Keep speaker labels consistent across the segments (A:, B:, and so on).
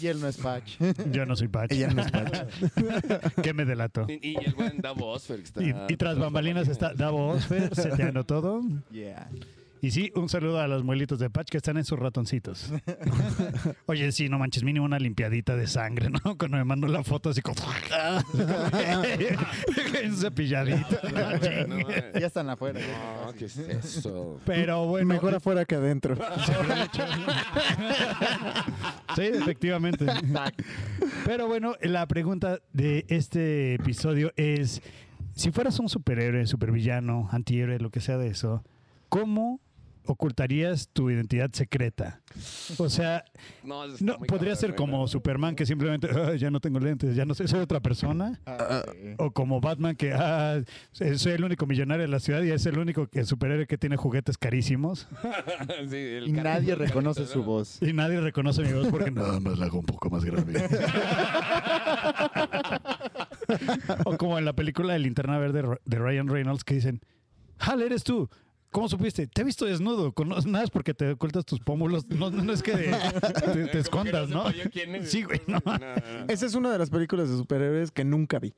A: Y él no es Patch.
B: Yo no soy Patch.
C: Ella no es Patch.
B: que me delato.
D: Y, y el buen Davo Osfer que está.
B: Y, y tras bambalinas está Davo Osfer, seteando todo.
C: Yeah.
B: Y sí, un saludo a los muelitos de Patch que están en sus ratoncitos. Oye, sí, no manches, mínimo una limpiadita de sangre, ¿no? Cuando me mandó la foto así como... Un cepilladito.
D: No,
A: ya están afuera.
D: no, ¿qué es eso?
B: Pero bueno... este,
C: Mejor afuera que adentro.
B: Sí, efectivamente. Pero bueno, la pregunta de este episodio es: si fueras un superhéroe, supervillano, antihéroe, lo que sea de eso, ¿cómo ocultarías tu identidad secreta? O sea,
D: No, eso está
B: no,
D: muy
B: podría
D: cabrón, ¿eh?
B: ser
D: güey.
B: como Superman que simplemente "Ah, ya no tengo lentes, ya no sé, soy otra persona.
A: Ah, sí.
B: O como Batman que "Ah, soy el único millonario de la ciudad y es el único que- superhéroe que tiene juguetes carísimos
D: Sí, el
A: Y nadie
D: carrito,
A: reconoce
D: carrito,
A: su
D: ¿no?
A: voz.
B: y nadie reconoce mi voz porque nada más la hago un poco más grave. O como en la película de Linterna Verde Ro- de Ryan Reynolds que dicen, Hal, eres tú. ¿Cómo supiste? Te he visto desnudo. Con los- nada es porque te ocultas tus pómulos. No, no es que te, te- te
D: Como que
B: escondas,
D: no
B: ¿no?
D: sepa yo quién es.
B: Sí, güey. No.
C: Esa es una de las películas de superhéroes que nunca vi.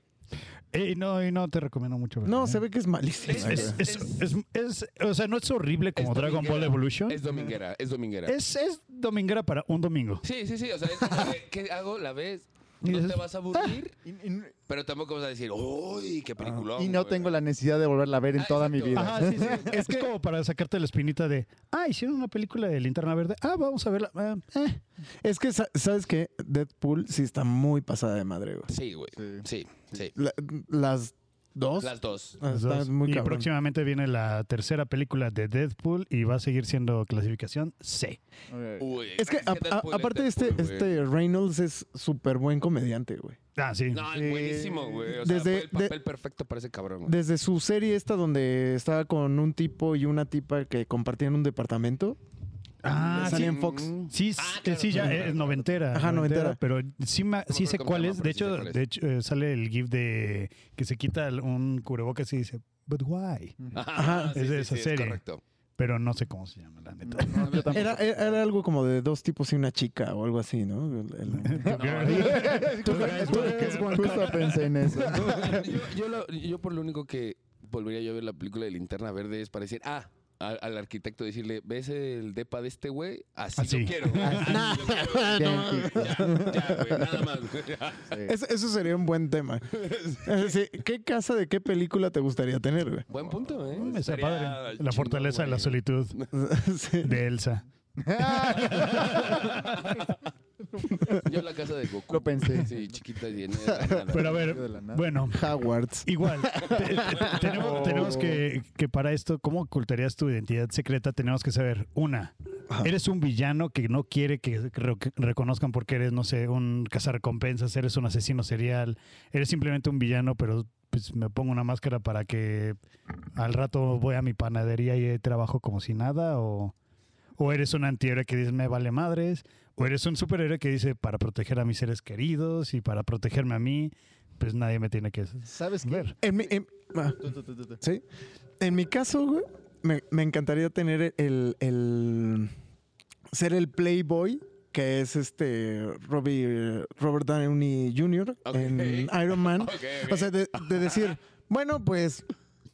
B: Ey, no, y no te recomiendo mucho. verla,
C: No,
B: ¿eh?
C: se ve que es malísimo.
B: Es, es- es- es- es- o sea, no es horrible como
D: Es
B: Dragon Ball
D: dominguera.
B: Evolution.
D: Es
B: Es,
D: dominguera, es dominguera.
B: es, dominguera para un domingo.
D: Sí, sí, sí. O sea, es como de, ¿qué hago? ¿La ves? No te vas a aburrir,
A: Y, y-
D: pero tampoco vas a decir, ¡Uy, qué película!
A: y no tengo la necesidad de volverla a ver en
D: Ah,
A: toda mi
D: exacto.
A: vida.
B: Ajá, sí, sí. Es, como para sacarte la espinita de, ah, hicieron una película de linterna verde. Ah, vamos a verla. Ah, eh.
C: Es que, sa- ¿sabes qué? Deadpool sí está muy pasada de madre, güey.
D: Sí, güey. Sí, sí.
C: La- las dos.
D: Las dos.
C: Ah,
B: Las
C: está
B: dos.
C: muy
B: y
C: cabrón.
B: próximamente viene la tercera película de Deadpool y va a seguir siendo clasificación C.
A: Ok.
D: Uy,
C: Es que, a- a-
D: Deadpool es
C: aparte, este,
D: Deadpool, güey.
C: este Reynolds es súper buen comediante, güey.
B: Ah, sí.
D: No,
A: Sí.
D: es buenísimo, güey. O sea,
C: Desde-
D: fue el papel
C: de-
D: perfecto para ese cabrón, güey.
C: Desde su serie esta donde estaba con un tipo y una tipa que compartían un departamento.
B: Ah,
C: salía
B: sí.
C: en Fox.
B: Sí, s-
D: Ah,
B: que
D: claro,
B: sí, ya
D: claro,
B: es
D: claro.
B: noventera.
C: Ajá, noventera.
B: Pero sí, ma-
D: No me
B: sí sé
D: acuerdo cómo
B: cuál
D: se
B: es.
D: llama,
B: De
D: pero sí sé
B: hecho,
D: cuál es.
B: de hecho eh, sale el GIF de que se quita el- un cubrebocas y dice, but why?
D: Ajá,
B: es de esa serie.
D: correcto.
B: Pero no sé cómo se llama, la neta.
A: Yo tampoco.
C: Era, era, era algo como de dos tipos y una chica o algo así, ¿no? El- el-
A: Justo pensé en eso.
D: yo, yo lo- yo por lo único que volvería yo a ver la película de Linterna Verde es para decir, ah, al, al arquitecto decirle, ¿ves el depa de este güey? Así,
B: Así.
D: lo quiero. güey. Así lo quiero.
A: Idéntico.
D: No, ya, ya, güey, nada más. güey.
C: Es- eso sería un buen tema. Es decir, ¿qué casa de qué película te gustaría tener, güey?
D: Buen punto, ¿eh?
B: Me Mm, está
D: Estaría
B: padre. La
D: chingón,
B: fortaleza de la
D: güey.
B: solitud
C: Sí.
B: de Elsa.
D: Yo la casa de Goku.
A: Lo pensé.
D: Sí, chiquita y llena de granadas.
B: Pero a
A: De la
B: ver,
A: nada.
B: bueno,
C: Howards.
B: Igual, te- te- tenemos, tenemos que, que para esto, ¿cómo ocultarías tu identidad secreta? Tenemos que saber, una, eres un villano que no quiere que re- reconozcan porque eres, no sé, un cazarrecompensas, eres un asesino serial, eres simplemente un villano, pero pues me pongo una máscara para que al rato voy a mi panadería y trabajo como si nada, o, o eres un antihéroe que dice me vale madres, o eres un superhéroe que dice para proteger a mis seres queridos y para protegerme a mí, pues nadie me tiene que
A: ¿Sabes qué?
B: ver.
C: En mi, en- ah,
A: Tú, tú, tú, tú, tú.
C: ¿sí? En mi caso, güey, me, me encantaría tener el, el- ser el playboy que es este Robbie, Robert Downey Jr.
D: Ok.
C: en Iron Man.
D: Ok, ok.
C: O sea, de, de decir, bueno, pues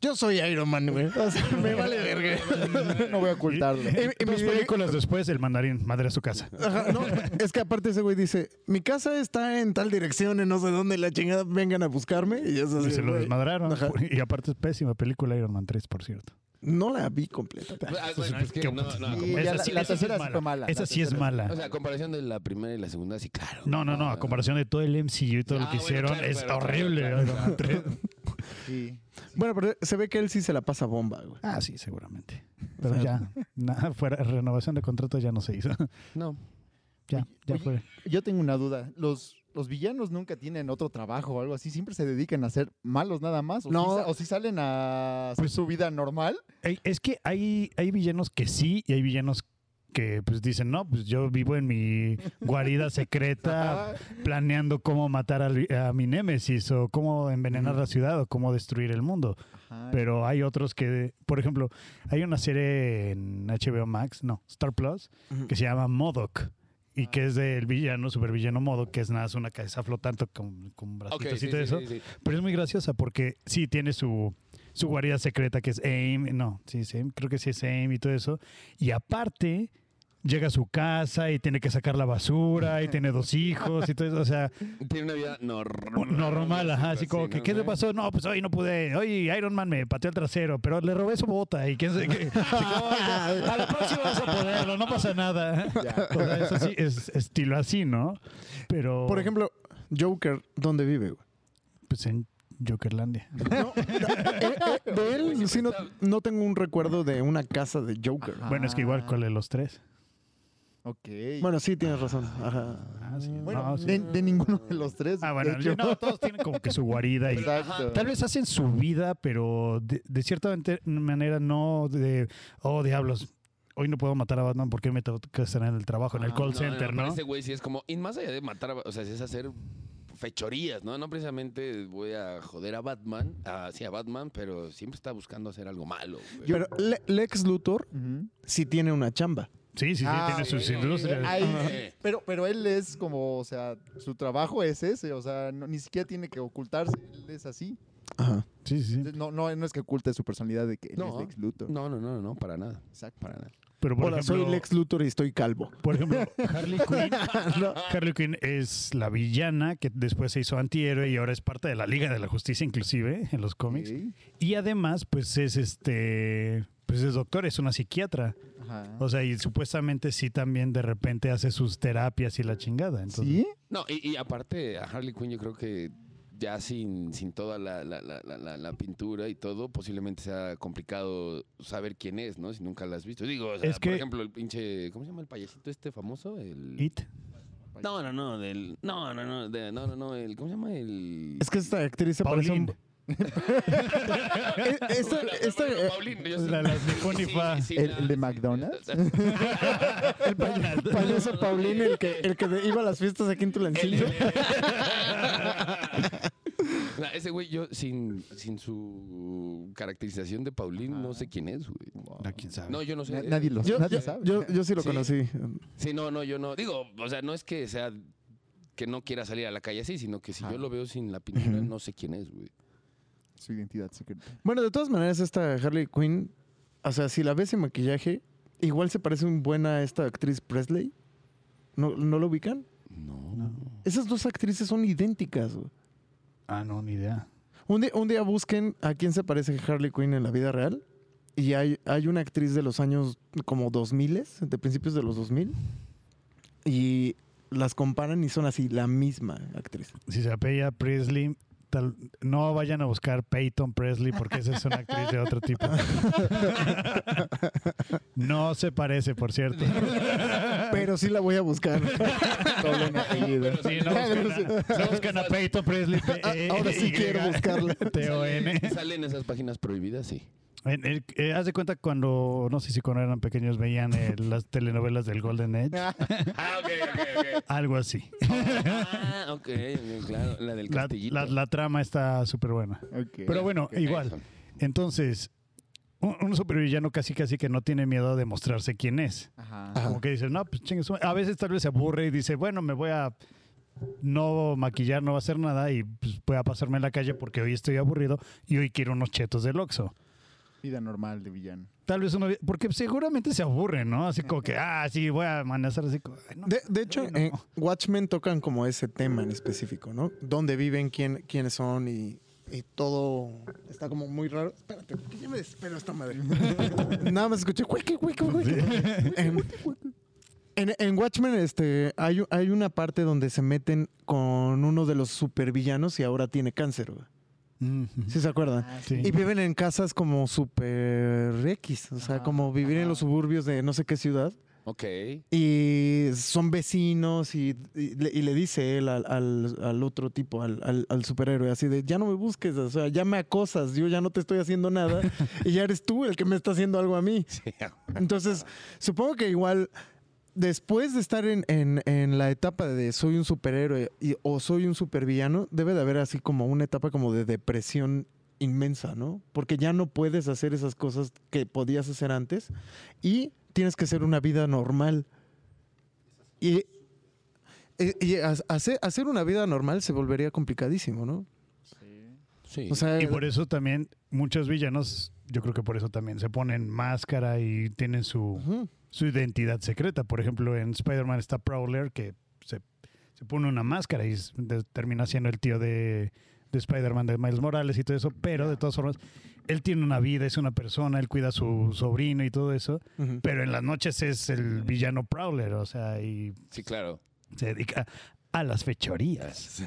C: yo soy Iron Man, güey. O sea, me vale verga.
A: No voy a ocultarlo.
C: En- en
B: Dos
C: mi-
A: eh,
B: películas después, el mandarín, madre a su casa.
A: Ah,
C: Ajá, no, es que aparte ese güey dice, mi casa está en tal dirección, en no sé dónde, la chingada, vengan a buscarme. Y, es
B: Y
C: así,
B: se lo
C: güey.
B: desmadraron.
C: Ajá.
B: Y aparte es pésima película Iron Man 3, por cierto.
C: No la vi completa.
D: Ah,
A: Pues,
D: bueno, es que
B: pues, Qué
D: no, no,
B: puta-
D: como-
A: Sí, ya
B: Esa
A: la-
B: sí-
A: la
B: esa sí
A: tercera
B: es
A: sí fue mala.
B: Esa
A: La
B: sí es
A: tercera-
B: mala.
D: O sea, comparación de la primera y la segunda, sí, claro.
B: No, no, no. A comparación de todo el MCU y todo
D: Ah,
B: lo que
D: bueno,
B: hicieron,
D: claro,
B: es
D: claro,
B: horrible
D: claro, claro.
B: Iron Man 3.
A: Sí.
C: Bueno, pero se ve que él sí se la pasa bomba, güey.
B: Ah, sí, seguramente. Pero ya, nada, fuera, renovación de contrato ya no se hizo.
D: No.
B: Ya, ya
A: Oye,
B: fue.
A: Yo tengo una duda. Los, los villanos nunca tienen otro trabajo o algo así. Siempre se dedican a ser malos nada más. O,
C: No.
A: si, sa- o si salen a hacer
B: Pues-
A: su vida normal.
B: Ey, Es que hay, hay villanos que sí y hay villanos que pues dicen, no, pues yo vivo en mi guarida secreta planeando cómo matar al vi- a, mi némesis o cómo envenenar la ciudad o cómo destruir el mundo.
A: Ajá.
B: Pero hay otros que, por ejemplo, hay una serie en HBO Max, no, Star Plus, que se llama Modoc. y
D: Ah.
B: que es del villano, supervillano modo, que es nada, más una cabeza flotante con, con bracitos
D: Ok,
B: y
D: sí,
B: todo
D: sí,
B: eso.
D: sí, sí.
B: Pero es muy graciosa porque sí tiene su, su guarida secreta que es AIM. No, sí, es AIM. Creo que sí es AIM y todo eso. Y aparte, llega a su casa y tiene que sacar la basura y tiene dos hijos y todo eso. O sea,
D: Tiene una vida normal.
B: normal, ajá. Así como que,
D: ¿no?
B: ¿qué te pasó? No, pues hoy no pude. Hoy Iron Man me pateó el trasero, pero le robé su bota y quién sabe qué. Así como, "Ay, ya, a la próxima vas a poderlo, no pasa nada. O sea, eso sí es estilo así, ¿no? Pero.
C: Por ejemplo, Joker, ¿dónde vive? güey?
B: Pues en Jokerlandia.
C: No, eh, eh, de él sí no, no tengo un recuerdo de una casa de Joker.
A: Ajá.
B: Bueno, es que igual,
A: Ah.
B: ¿cuál de los tres?
A: Ok.
C: Bueno, sí, tienes razón. Ajá.
B: Ah, sí.
A: Mm, Bueno,
B: no, sí.
A: de, de ninguno de los tres.
B: Ah, bueno,
A: de hecho.
B: no, todos tienen como que su guarida y
A: Exacto.
B: tal vez hacen su vida, pero de, de cierta mente- manera no de, oh diablos, hoy no puedo matar a Batman porque me tengo que estar en el trabajo, en el
A: Ah,
B: call
D: No, no,
B: center,
D: pero
B: ¿no?
D: Ese güey sí es como, y más allá de matar, a, o sea, es hacer fechorías, ¿no? No precisamente voy a joder a Batman, a, sí, a Batman, pero siempre está buscando hacer algo malo. güey.
C: Pero Le- Lex Luthor
A: Ujú.
C: sí tiene una chamba.
B: Sí, sí, sí,
A: Ah,
B: tiene sus
D: sí,
B: industrias.
A: Ahí-
D: Eh, Ajá.
A: pero, pero él es como, o sea, su trabajo es ese, o sea, no- ni siquiera tiene que ocultarse, él es así.
C: Ajá.
B: Sí, sí, sí.
A: Entonces, No, no, no es que oculte su personalidad de que él
D: No.
A: es Lex Luthor.
D: No, no, no, no, para nada.
A: Exacto.
D: Para nada.
B: Pero por
C: Hola,
B: ejemplo,
C: soy Lex Luthor y estoy calvo.
B: por ejemplo, Harley Quinn, Harley Quinn es la villana que después se hizo antihéroe y ahora es parte de la Liga de la Justicia inclusive en los cómics.
A: Ok.
B: Y además, pues es este, pues es doctor, es una psiquiatra.
C: Ah.
A: Ajá.
B: O sea, y supuestamente sí también de repente hace sus terapias y la chingada. Entonces,
A: ¿Sí?
D: No, y, y aparte a Harley Quinn yo creo que ya sin, sin toda la, la- la- la- la- la pintura y todo, posiblemente sea complicado saber quién es, ¿no? Si nunca la has visto. Digo, o sea,
B: Es que-
D: por ejemplo, el pinche, ¿cómo se llama el payasito este famoso? El...
B: It.
D: No, no, no, del... No, no, no, de- no, no, no, el... ¿Cómo se llama el...?
C: Es que esta actriz se parece a un...
B: Pauline.
C: Eh, Esta,
D: Bueno,
C: esta-
D: bueno,
C: eh,
D: Paulín, yo sé.
B: La, la de
D: Sí,
B: Fonifa.
D: sí,
A: ¿El,
D: la-
A: el de
D: sí,
A: McDonald's?
C: el pa- payaso Paulín, el que, el que de- iba a las fiestas aquí en
D: el-
C: Tulancingo.
D: O sea, ese güey, yo sin, sin su caracterización de Paulín, no sé quién es, güey.
B: No, Ah, quién sabe.
D: No, yo no sé.
A: Na- nadie lo
C: Yo,
A: nadie
C: yo-
A: sabe.
C: yo- yo sí lo
D: Sí.
C: conocí.
D: Sí, no, no, yo no. Digo, o sea, no es que sea que no quiera salir a la calle así, sino que si
A: Ah.
D: yo lo veo sin la pintura,
C: Ujú.
D: no sé quién es, güey.
A: Su identidad secreta.
C: Bueno, de todas maneras, esta Harley Quinn, o sea, si la ves en maquillaje, igual se parece un buena a esta actriz Presley. ¿No, ¿No lo ubican?
D: No.
C: Esas dos actrices son idénticas. güey.
B: Ah, no, ni idea.
C: Un día, un día busquen a quién se parece Harley Quinn en la vida real. Y hay, hay una actriz de los años como 2000, de principios de los 2000. Y las comparan y son así, la misma actriz.
B: Si se apella Presley, tal, no vayan a buscar Peyton Presley porque esa es una actriz de otro tipo. No se parece, por cierto.
C: Pero sí la voy a buscar.
A: Doble apellido.
B: Sí, no buscan a, no buscan a Peyton Presley. P- E-
C: Ahora sí quiero buscarla.
B: T-O-N.
D: Salen esas páginas prohibidas, sí.
B: En el- eh, haz de cuenta cuando, no sé si cuando eran pequeños veían eh, las telenovelas del Golden Age,
D: Ah, ok, ok, ok.
B: algo así.
D: Ah, ok, ok, claro. La del
B: La,
D: castillito.
B: la- la trama está súper buena.
A: Ok.
B: Pero bueno, igual. Entonces, un, un supervillano casi casi que no tiene miedo de mostrarse quién es.
A: Ajá.
D: ah.
B: Como que dice, no, pues chingue su madre". A veces tal vez se aburre y dice, bueno, me voy a no maquillar, no va a hacer nada y pues, voy a pasarme en la calle porque hoy estoy aburrido y hoy quiero unos chetos del Oxxo.
A: Vida normal de villano.
B: Tal vez uno, porque seguramente se aburre, ¿no? Así como que, ah, sí, voy a amanecer así. como, "Ay, no".
C: De, de hecho,
B: Bueno.
C: en Watchmen tocan como ese tema en específico, ¿no? Dónde viven, quién, quiénes son y, y todo está como muy raro. Espérate, ¿por qué ya me desespero esta madre? Nada más escuché, "Cueque, cueque, cueque". Em, En, en Watchmen este, hay, hay una parte donde se meten con uno de los supervillanos y ahora tiene cáncer, güey.
B: Mm,
C: ¿Sí se acuerdan?
B: sí.
C: Y viven en casas como super X, o sea,
A: Ajá,
C: como vivir en
A: ajá.
C: los suburbios de no sé qué ciudad.
D: Ok.
C: Y son vecinos y, y le, y le dice él al, al- al otro tipo, al, al- al superhéroe, así de, ya no me busques, o sea, ya me acosas, yo ya no te estoy haciendo nada y ya eres tú el que me está haciendo algo a mí.
D: Sí, ah,
C: Entonces, supongo que igual, después de estar en, en- en la etapa de soy un superhéroe y- o soy un supervillano, debe de haber así como una etapa como de depresión inmensa, ¿no? Porque ya no puedes hacer esas cosas que podías hacer antes y tienes que hacer una vida normal. Y, eh, y ha- hacer, hacer una vida normal se volvería complicadísimo, ¿no?
D: Sí.
C: O sea,
B: Y por eso también muchos villanos, yo creo que por eso también se ponen máscara y tienen su,
C: ujú.
B: su identidad secreta. Por ejemplo, en Spider-Man está Prowler que se, se pone una máscara y es- de- termina siendo el tío de, de Spider-Man, de Miles Morales y todo eso. Pero de todas formas, él tiene una vida, es una persona, él cuida a su sobrino y todo eso.
C: Ujú.
B: Pero en las noches es el villano Prowler, o sea, y
D: Sí, claro.
B: se dedica a las fechorías.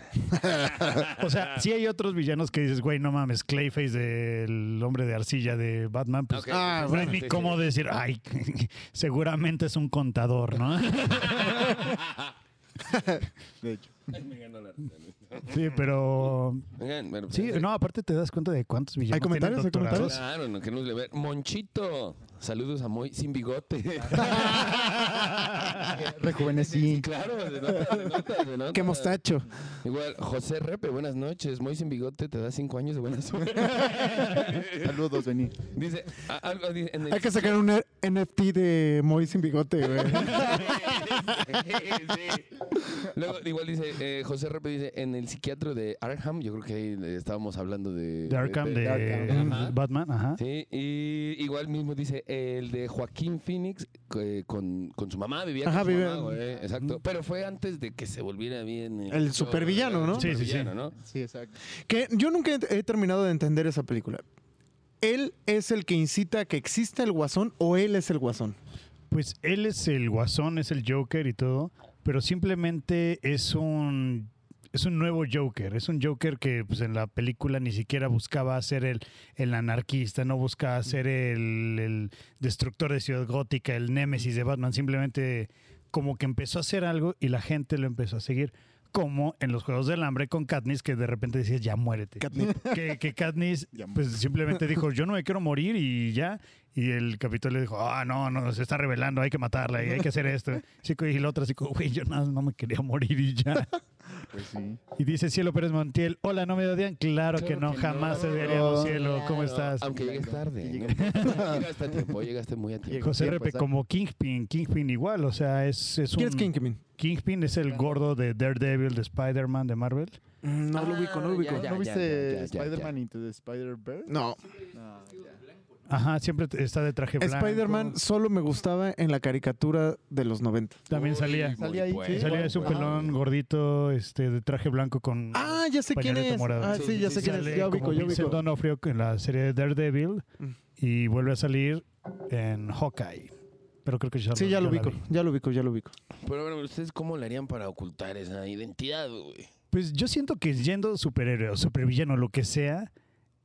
B: O sea, sí hay otros villanos que dices, güey, no mames, Clayface del hombre de arcilla de Batman, pues
D: Ok,
C: ah,
D: sí,
B: no hay
D: sí,
B: ni
D: sí.
B: cómo decir, ay, seguramente es un contador, ¿no?
A: De hecho.
D: Ay, me ganó la-
B: Sí, pero...
D: Oigan, bueno, pues,
B: Sí, no, aparte te das cuenta de cuántos villanos tienen
C: comentarios? ¿Hay
B: doctorados.
D: Claro, no, que no le ve. Monchito. Saludos a Moy sin bigote.
A: Rejuvenecí.
D: claro, se nota, se nota, se nota.
C: Qué mostacho.
D: Igual, José Repe, buenas noches. Moy sin bigote te da cinco años de buena suerte.
A: Saludos, vení.
D: Dice, a- algo dice en el-
C: Hay que sacar un E- NFT de Moy sin bigote, güey.
D: Sí. Luego, igual dice, eh, José Repe dice, en el psiquiatra de Arkham, yo creo que ahí eh, estábamos hablando de...
B: De Arkham, de, mm,
D: Ajá.
B: Batman, ajá.
D: Sí, y igual mismo dice el de Joaquín Phoenix eh, con, con su mamá, vivía
C: Ajá,
D: con su
C: vive-
D: mamá, güey, exacto. Pero fue antes de que se volviera bien...
C: El supervillano, ¿no?
D: Sí,
B: Sí, sí, sí.
D: sí, ¿no?
A: Sí, exacto.
C: Que yo nunca he, he terminado de entender esa película. ¿Él es el que incita a que exista el guasón o él es el guasón?
B: Pues él es el guasón, es el Joker y todo, pero simplemente es un es un nuevo Joker, es un Joker que pues, en la película ni siquiera buscaba ser el, el anarquista, no buscaba ser el, el destructor de Ciudad Gótica, el némesis de Batman, simplemente como que empezó a hacer algo y la gente lo empezó a seguir, como en los Juegos del Hambre con Katniss, que de repente decía, ya muérete
C: Catnip.
B: que, que Katniss
A: Ya.
B: pues simplemente dijo, yo no me quiero morir y ya. Y el capitán le dijo, ah, no, no, se está rebelando, hay que matarla y hay que hacer esto. Así que- y la otra así como, güey, yo nada más no me quería morir y ya.
A: Pues sí.
D: Ah,
B: Y dice Cielo Pérez Montiel, hola, ¿no me odian? Claro, que no, jamás te odiaríamos, Cielo, ¿cómo estás?
D: Aunque llegues tarde. ¿no? llegaste a tiempo, llegaste muy a tiempo.
B: José
A: Tiempo,
B: Repe,
A: exacto.
B: como Kingpin, Kingpin igual, o sea, es, es un...
C: ¿Quién es Kingpin?
B: Kingpin es el gordo de Daredevil, de Spider-Man, de Marvel.
C: Mm, No lo ubico, no lo ubico.
A: ¿No
D: Ah, ya, ya, ya,
A: viste
D: ya,
A: Spider-Man into the Spider-Bear?
C: No,
A: No.
B: Ajá, siempre está de traje blanco.
C: Spider-Man solo me gustaba en la caricatura de los 90.
B: También salía.
A: Salía ahí, sí.
B: Salía de su
A: Ah.
B: pelón gordito, este, de traje blanco con...
C: Ah, ya sé quién
B: Pañoleta
C: es.
B: morada.
C: Ah, sí, ya
D: Sí,
C: sé
D: sí,
C: quién es.
B: sale
C: Ya
B: como
C: ubico, ya
B: Vincent
C: ubico.
B: D'Onofrio en la serie de Daredevil
C: Mm.
B: y vuelve a salir en Hawkeye. Pero creo que ya
C: Sí, ya lo
B: la
C: ubico,
B: vi.
C: ya lo ubico, ya lo ubico.
D: Pero bueno, ¿ustedes cómo le harían para ocultar esa identidad, güey?
B: Pues yo siento que yendo superhéroe o supervillano, lo que sea,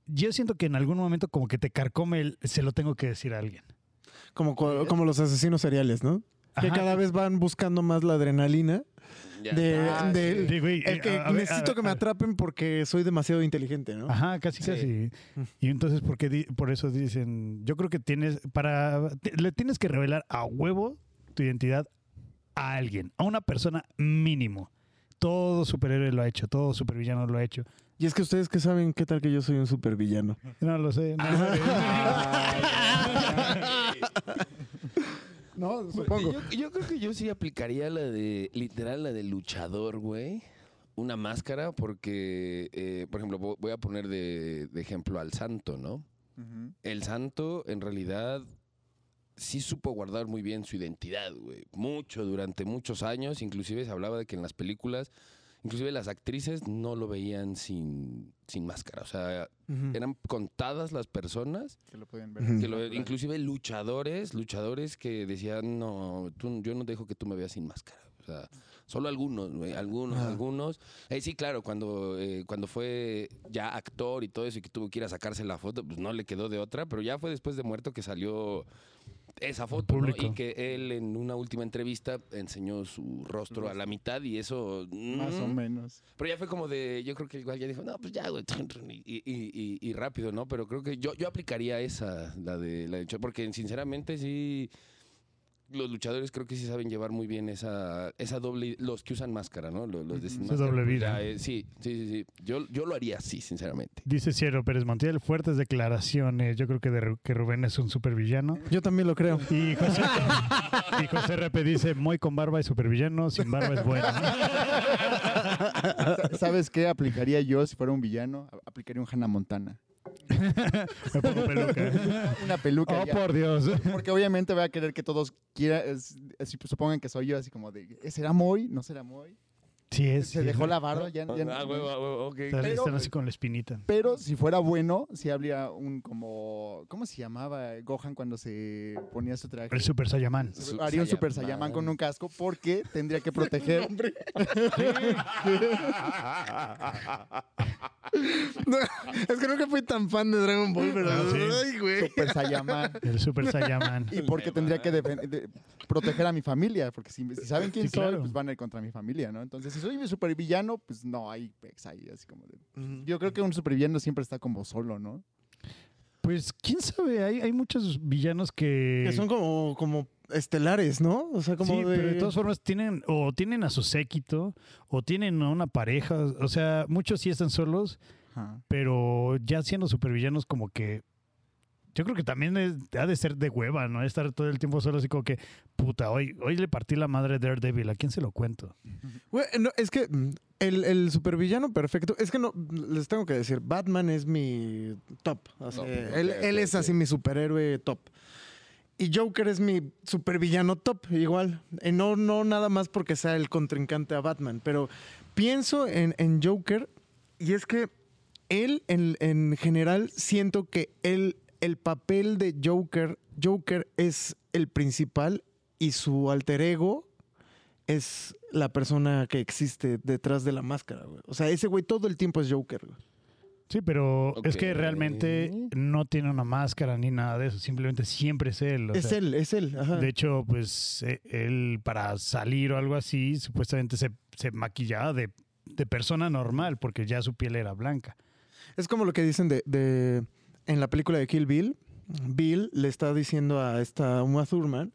B: yo siento que en algún momento como que te carcome el se lo tengo que decir a alguien.
C: Como, co- como los asesinos seriales, ¿no? Que
B: Ajá.
C: cada vez van buscando más la adrenalina
D: Ya.
C: de,
D: Ah,
C: de-
B: Sí, güey,
C: el
B: eh,
C: que
B: a- a ver,
C: necesito
B: a-
C: que me
B: a-
C: atrapen porque soy demasiado inteligente, ¿no?
B: Ajá, casi
D: Sí.
B: casi. Y entonces por qué di- por eso dicen, yo creo que tienes para te- le tienes que revelar a huevo tu identidad a alguien, a una persona mínimo. Todo superhéroe lo ha hecho, todo supervillano lo ha hecho.
C: Y es que ustedes que saben qué tal que yo soy un supervillano.
B: No lo sé. no lo sé.
C: Ah, No,
D: Pues, Yo, yo creo que yo sí aplicaría la de, literal, la de luchador, güey. Una máscara, porque, eh, por ejemplo, vo- voy a poner de, de ejemplo al santo, ¿no?
A: Ujú.
D: El santo, en realidad, sí supo guardar muy bien su identidad, güey. Mucho, durante muchos años. Inclusive se hablaba de que en las películas, inclusive las actrices no lo veían sin, sin máscara. O sea,
C: Mm.
D: eran contadas las personas
A: Que lo pueden ver.
C: Ujú.
D: que lo- inclusive luchadores, luchadores que decían, no, tú- yo no dejo que tú me veas sin máscara. O sea, solo algunos, güey, algunos,
C: Ah.
D: algunos. Eh, sí, claro, cuando, eh, cuando fue ya actor y todo eso y que tuvo que ir a sacarse la foto, pues no le quedó de otra, pero ya fue después de muerto que salió esa foto ¿no?
B: público.
D: y que él en una última entrevista enseñó su rostro a la mitad y eso...
A: Más o
D: mm,
A: menos.
D: pero ya fue como de, yo creo que igual ya dijo, no, pues ya, güey, y, y- y- y rápido, ¿no? Pero creo que yo, yo aplicaría esa, la de la de Cho- porque sinceramente sí, los luchadores creo que sí saben llevar muy bien esa, esa doble, los que usan máscara, ¿no? Los, los de sin
B: Esa
D: máscara,
B: doble
D: pues,
B: vida.
D: ya, eh, sí, sí, sí, sí. Yo, yo lo haría así, sinceramente.
B: Dice Cielo Pérez Montiel, fuertes declaraciones. Yo creo que, de Ru- que Rubén es un supervillano.
C: Yo también lo creo.
B: Y José, y José RP dice, muy con barba es supervillano, sin barba es bueno.
A: Sa- ¿Sabes qué aplicaría yo si fuera un villano? A- Aplicaría un Hannah Montana.
B: Me pongo peluca.
A: Una peluca.
B: Oh,
A: ya.
B: por Dios.
A: Porque obviamente voy a querer que todos quieran, es- es- supongan que soy yo, así como de, ¿será Moy? ¿No será Moy?
B: Sí, es.
A: Se
B: sí es.
A: dejó la barba, ya, ya-
D: Ah, huevo, ah, huevo, ok.
B: Están,
A: Pero- pues
B: están así con la espinita.
A: Pero si fuera bueno, si habría un como, ¿cómo se llamaba Gohan cuando se ponía su traje?
B: El Super Saiyaman.
D: Su-
A: haría un Super
D: Saiyaman.
A: Saiyaman con un casco porque tendría que proteger.
C: es que nunca fui tan fan de Dragon Ball, pero.
B: Ah, sí.
C: Ay, güey.
A: Super Saiyaman.
B: El Super Saiyaman.
A: Y porque tendría que defen- de- proteger a mi familia, porque si, si saben quién
B: Sí, claro.
A: soy, pues van a ir contra mi familia, ¿no? Entonces, si soy un supervillano, pues no, hay pex ahí, así como de- Yo creo que un supervillano siempre está como solo, ¿no?
B: Pues quién sabe, hay, hay muchos villanos que.
C: Que son como, como estelares, ¿no? O sea, como
B: sí,
C: de.
B: pero de todas formas tienen o tienen a su séquito o tienen a una pareja, o sea, muchos sí están solos,
A: Ajá.
B: pero ya siendo supervillanos como que yo creo que también es- ha de ser de hueva, ¿no? Estar todo el tiempo solo así como que, puta, hoy, hoy le partí la madre de Daredevil, ¿a quién se lo cuento?
C: Güey, no, es que mm, el, el supervillano perfecto. Es que no, les tengo que decir, Batman es mi top. o sea,
D: Top,
C: él
D: ok,
C: él
D: ok,
C: es
D: ok.
C: así mi superhéroe top. Y Joker es mi supervillano top, igual. Eh, no, no nada más porque sea el contrincante a Batman, pero pienso en, en Joker y es que él, en, en general, siento que él, el papel de Joker, Joker es el principal y su alter ego es la persona que existe detrás de la máscara, güey. O sea, ese güey todo el tiempo es Joker, güey.
B: Sí, pero es que
D: Ok.
B: realmente no tiene una máscara ni nada de eso, simplemente siempre es él. o
C: es
B: sea.
C: él, es él. Ajá.
B: De hecho, pues e- él para salir o algo así, supuestamente se, se maquillaba de, de persona normal porque ya su piel era blanca.
C: Es como lo que dicen de, de- en la película de Kill Bill. Bill le está diciendo a esta Uma Thurman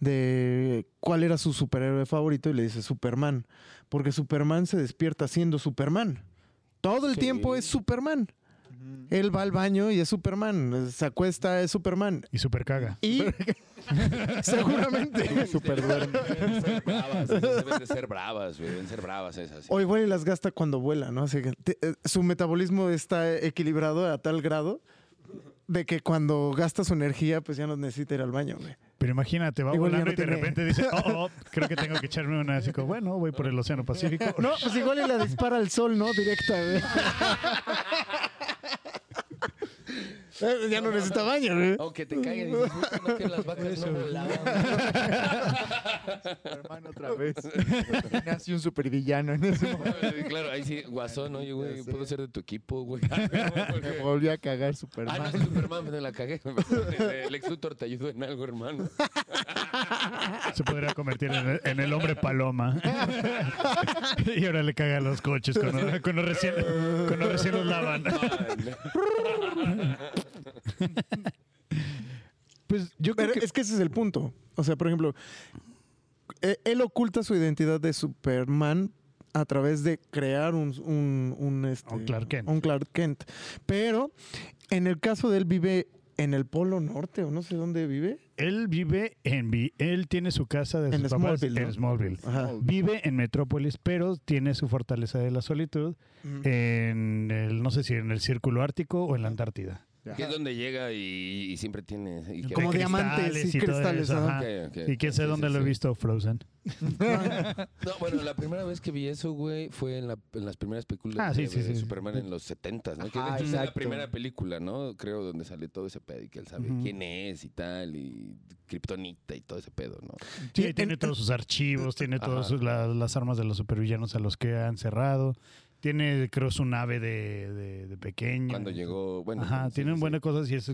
C: de cuál era su superhéroe favorito y le dice Superman, porque Superman se despierta siendo Superman. Todo el
D: Sí.
C: tiempo es Superman.
A: Eh,
C: Él va al baño y es Superman, se acuesta es Superman
B: Y super caga.
C: y seguramente
A: Super duerme.
D: Deben ser bravas, esas deben de ser bravas, güey, deben ser bravas esas. sí.
C: O igual y las gasta cuando vuela, ¿no? Así que te- eh, su metabolismo está equilibrado a tal grado de que cuando gasta su energía, pues ya no necesita ir al baño, güey.
B: Pero imagínate, va
C: Igual ya
B: volando
C: no
B: y de
C: tiene-
B: repente dice, oh, oh, creo que tengo que echarme una. Así como, bueno, voy por el Océano Pacífico.
C: No, pues igual y la dispara al sol, ¿no? Directa, güey. Eh, ya no necesita baño, güey.
D: O que te caigan y dices, "Puta, no que las vacas no volaban".
A: Hermano, otra vez. Nació un supervillano en ese momento.
D: Claro, ahí sí, guasón, oye, güey,
A: Ya sé.
D: puedo ser de tu equipo, güey.
A: Me volvió a cagar
D: Ah, no,
A: Superman.
D: soy Superman, me la cagué. El ex tutor te ayudó en algo, hermano.
B: Se podría convertir en el, en el hombre paloma. y ahora le caga los coches cuando, cuando recién, cuando recién los lavan. Pues yo creo
C: Pero
B: que...
C: es que ese es el punto. O sea, por ejemplo, eh, él oculta su identidad de Superman a través de crear un, un, un, este,
B: Un Clark Kent.
C: un Clark Kent. Pero en el caso de él vive en el Polo Norte o no sé dónde vive.
B: Él vive en... Vi- Él tiene su casa de
C: En
B: sus papás
C: Smallville, ¿no?
B: en Smallville.
C: Ajá.
B: Vive en Metrópolis, pero tiene su fortaleza de la solitud Eh. en el, no sé si en el Círculo Ártico o en la Antártida.
D: Que es donde llega y, y siempre tiene. y que-
C: Como
B: De
C: diamantes y
B: cristales y todo
C: cristales.
B: eso,
C: ajá.
B: ajá.
D: Ok, ok.
B: Y quién sabe
D: Sí,
B: dónde
D: sí,
B: lo he
D: sí.
B: visto, Frozen.
D: No, bueno, la primera vez que vi eso, güey, fue en, la- en las primeras películas
B: Ah, sí,
D: de,
B: sí,
D: de
B: sí.
D: Superman en los 70, ¿no? Que de
A: Ajá,
D: hecho es la
A: exacto.
D: primera película, ¿no? Creo, donde sale todo ese pedo y que él sabe
B: Ujú.
D: quién es y tal, y Kryptonita y todo ese pedo, ¿no?
B: Sí,
C: Y
B: ahí Eh, tiene
C: en-
B: todos sus archivos, tiene
D: Ajá.
B: todas la- las armas de los supervillanos a los que han cerrado. Tiene, creo, su nave de, de, de pequeño.
D: Cuando llegó, bueno.
B: Ajá,
D: sí,
B: tienen
D: sí.
B: buenas cosas y es,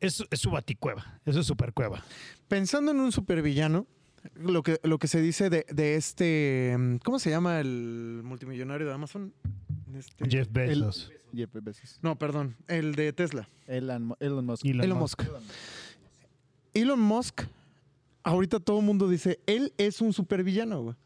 B: es, es su baticueva, es su supercueva.
C: Pensando en un supervillano, lo que, lo que se dice de, de este. mm, ¿Cómo se llama el multimillonario de Amazon? Este-
B: Jeff
C: el-
B: Bezos.
A: Jeff Bezos.
C: no, perdón. El de Tesla.
A: Elon, Elon Musk.
B: Elon
C: Elon
B: Musk.
C: Musk. Elon Musk ahorita todo el mundo dice, él es un supervillano, güey.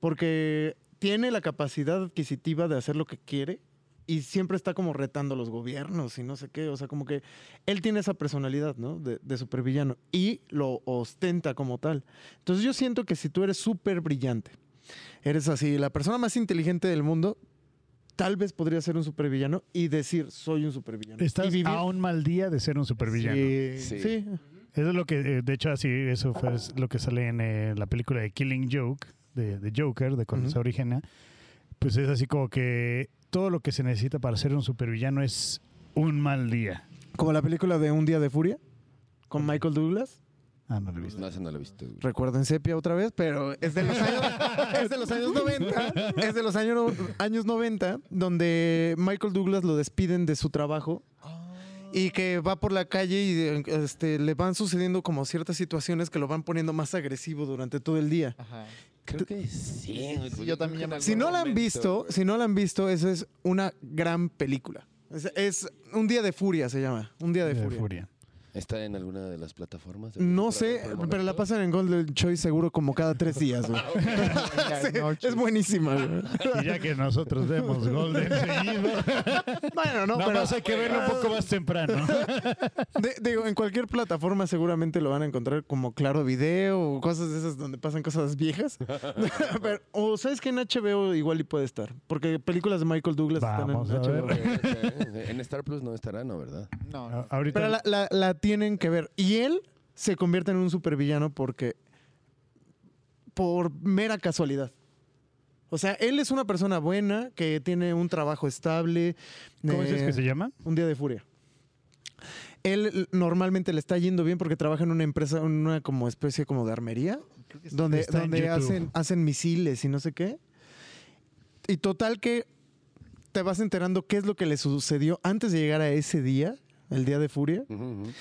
C: Porque tiene la capacidad adquisitiva de hacer lo que quiere y siempre está como retando a los gobiernos y no sé qué. O sea, como que él tiene esa personalidad, ¿no? De, de supervillano y lo ostenta como tal. Entonces yo siento que si tú eres súper brillante, eres así, la persona más inteligente del mundo, tal vez podría ser un supervillano y decir, soy un supervillano.
B: Estás
C: y vivir-
B: a un mal día de ser un supervillano.
D: Sí.
C: Sí. sí.
B: Eso es lo que, eh, de hecho, así, eso fue lo que sale en eh, la película de Killing Joke, de, de Joker, de cuando
C: Ujú.
B: se origina. Pues es así como que todo lo que se necesita para ser un supervillano es un mal día.
C: Como la película de Un Día de Furia con Michael Douglas.
B: Ah, no lo he visto.
D: No, esa no la he visto. güey.
C: Recuerden Sepia otra vez, pero es de los años, es de los años 90. Es de los años, años 90, donde Michael Douglas lo despiden de su trabajo y que va por la calle y eh, este, le van sucediendo como ciertas situaciones que lo van poniendo más agresivo durante todo el día.
A: Ajá.
D: Creo que sí. güey,
A: Sí, yo también
D: creo que
A: ya me
D: en
C: Si
D: algún
C: no la han
D: momento,
C: visto,
D: güey.
C: si no la han visto, esa es una gran película. Es, es Un Día de Furia se llama. Un Día de
B: De
C: Furia.
B: furia.
D: ¿Está en alguna de las plataformas?
C: No sé, Este, pero la
D: pasa
C: pasan en Golden Choice seguro como cada tres días, güey. Sí, es buenísima, güey.
B: Y ya que nosotros vemos Golden seguido,
C: Bueno, no,
B: nada
C: pero
B: más hay que verlo un poco más temprano.
C: Ah, de- digo, en cualquier plataforma seguramente lo van a encontrar como Claro Video o cosas de esas donde pasan cosas viejas. Pero, o sabes que en HBO igual y puede estar, porque películas de Michael Douglas
B: Vamos a
C: están en
B: ver.
C: HBO.
D: Eh, En Star Plus no estará, ¿no? ¿Verdad?
A: No,
B: A-
A: no.
B: Ahorita
C: Pero la, la- la tienen que ver. Y él se convierte en un supervillano porque. por mera casualidad. O sea, él es una persona buena que tiene un trabajo estable.
B: ¿Cómo
C: eh,
B: dices que se llama?
C: Un día de furia. Él l- normalmente le está yendo bien porque trabaja en una empresa, en una como especie como de armería, donde,
B: está en
C: donde
B: YouTube.
C: hacen, hacen misiles y no sé qué. Y total que te vas enterando qué es lo que le sucedió antes de llegar a ese día, el día de furia,
D: Ujú, ujú.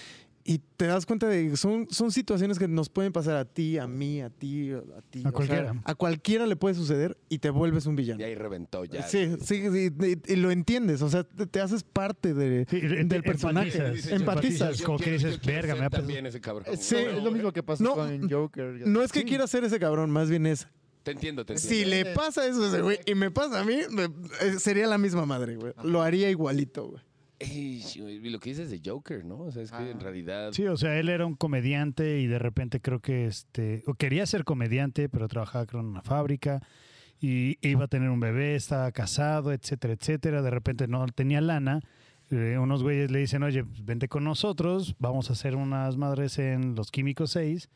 C: y te das cuenta de que son, son situaciones que nos pueden pasar a ti, a mí, a ti, a ti.
B: A cualquiera.
C: a cualquiera le puede suceder y te vuelves un villano.
D: Y ahí reventó ya.
C: Sí, sí, sí, y- y lo entiendes, o sea, te, te haces parte de,
B: Sí,
C: del
B: te-
C: personaje.
B: empatizas,
C: Empatizas.
B: empatizas. como que dices,
D: quiero
B: "Verga,
D: ser
B: me va a
D: también ese cabrón.
A: Sí,
D: güey.
A: es lo mismo que pasó
C: No,
A: con Joker.
C: No es que
A: Sí.
C: quiera ser ese cabrón, más bien es.
D: Te entiendo, te entiendo.
C: Si le pasa eso a ese güey y me pasa a mí, me- eh, sería la misma madre, güey. Lo haría igualito, güey.
D: Ey, güey, y lo que dices de Joker, ¿no? O sea, es que
A: Ah.
D: en realidad...
B: Sí, o sea, él era un comediante y de repente creo que este, o quería ser comediante, pero trabajaba creo en una fábrica y iba a tener un bebé, estaba casado, etcétera, etcétera. De repente no tenía lana. Eh, unos güeyes le dicen, oye, pues, vente con nosotros, vamos a hacer unas madres en los Químicos 6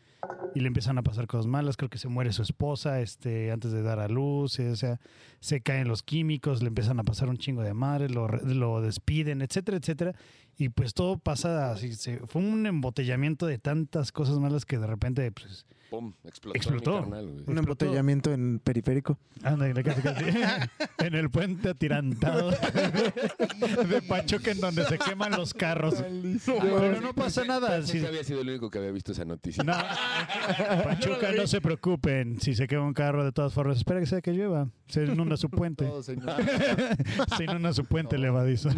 B: y le empiezan a pasar cosas malas. Creo que se muere su esposa este, antes de dar a luz, eh, o sea, se caen los químicos, le empiezan a pasar un chingo de madres, lo, re- lo despiden, etcétera, etcétera. Y pues todo pasa así. se- fue un embotellamiento de tantas cosas malas que de repente, pues.
D: ¡Pum! Explotó.
B: Explotó.
D: mi carnal, güey.
C: Un embotellamiento en periférico.
B: Anda, casi, casi. en el puente atirantado de Pachuca, en donde se queman los carros. Pero no pasa nada.
D: Pensé
B: si-
D: que había sido el único que había visto esa noticia.
B: no. Pachuca, no se preocupen. Si se quema un carro, de todas formas, espera que sea que llueva. Se inunda su puente.
A: Todo se
B: Se inunda su puente levadizo.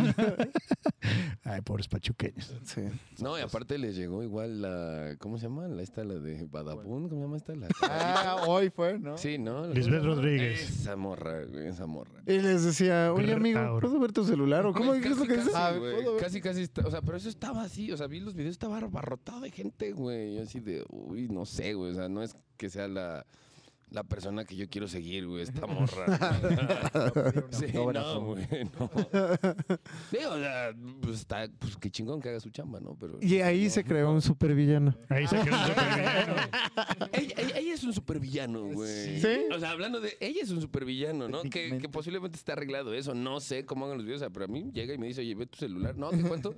B: Ay, pobres pachuqueños.
C: Sí.
D: No, y aparte les llegó igual la... ¿Cómo se llama? La esta, la de Badabun. ¿Cómo se llama esta? La...
A: Ah, hoy fue, ¿no?
D: Sí, ¿no? La-
B: Lisbeth Rodríguez.
D: Esa morra, güey, esa morra.
C: Y les decía, oye,
B: Grr,
C: amigo,
B: ahora.
C: ¿puedo ver tu celular? ¿O Eh, cómo
D: Güey,
C: qué es lo que
D: casi,
C: dices?
A: Ah,
D: Casi, güey,
A: puedo ver.
D: casi, casi está- o sea, pero eso estaba así, o sea, vi los videos, estaba abarrotado de gente, güey. Yo así de, uy, no sé, güey, o sea, no es que sea la, la persona que yo quiero seguir, güey, esta morra. güey. sí, no, güey, no. Sí, o sea, pues está, pues qué chingón que haga su chamba, ¿no? Pero,
C: Y ahí
D: no,
C: se
D: no.
C: creó un supervillano.
B: Ahí se quedó el supervillano.
D: Ella, ella- ella es un supervillano, güey.
C: ¿Sí?
D: O sea, hablando de. Ella es un supervillano, ¿no? Que,
A: Técnicamente.
D: que posiblemente está arreglado eso. No sé cómo hagan los videos. o sea, pero a mí llega y me dice, oye, ve tu celular. No, ¿te cuento?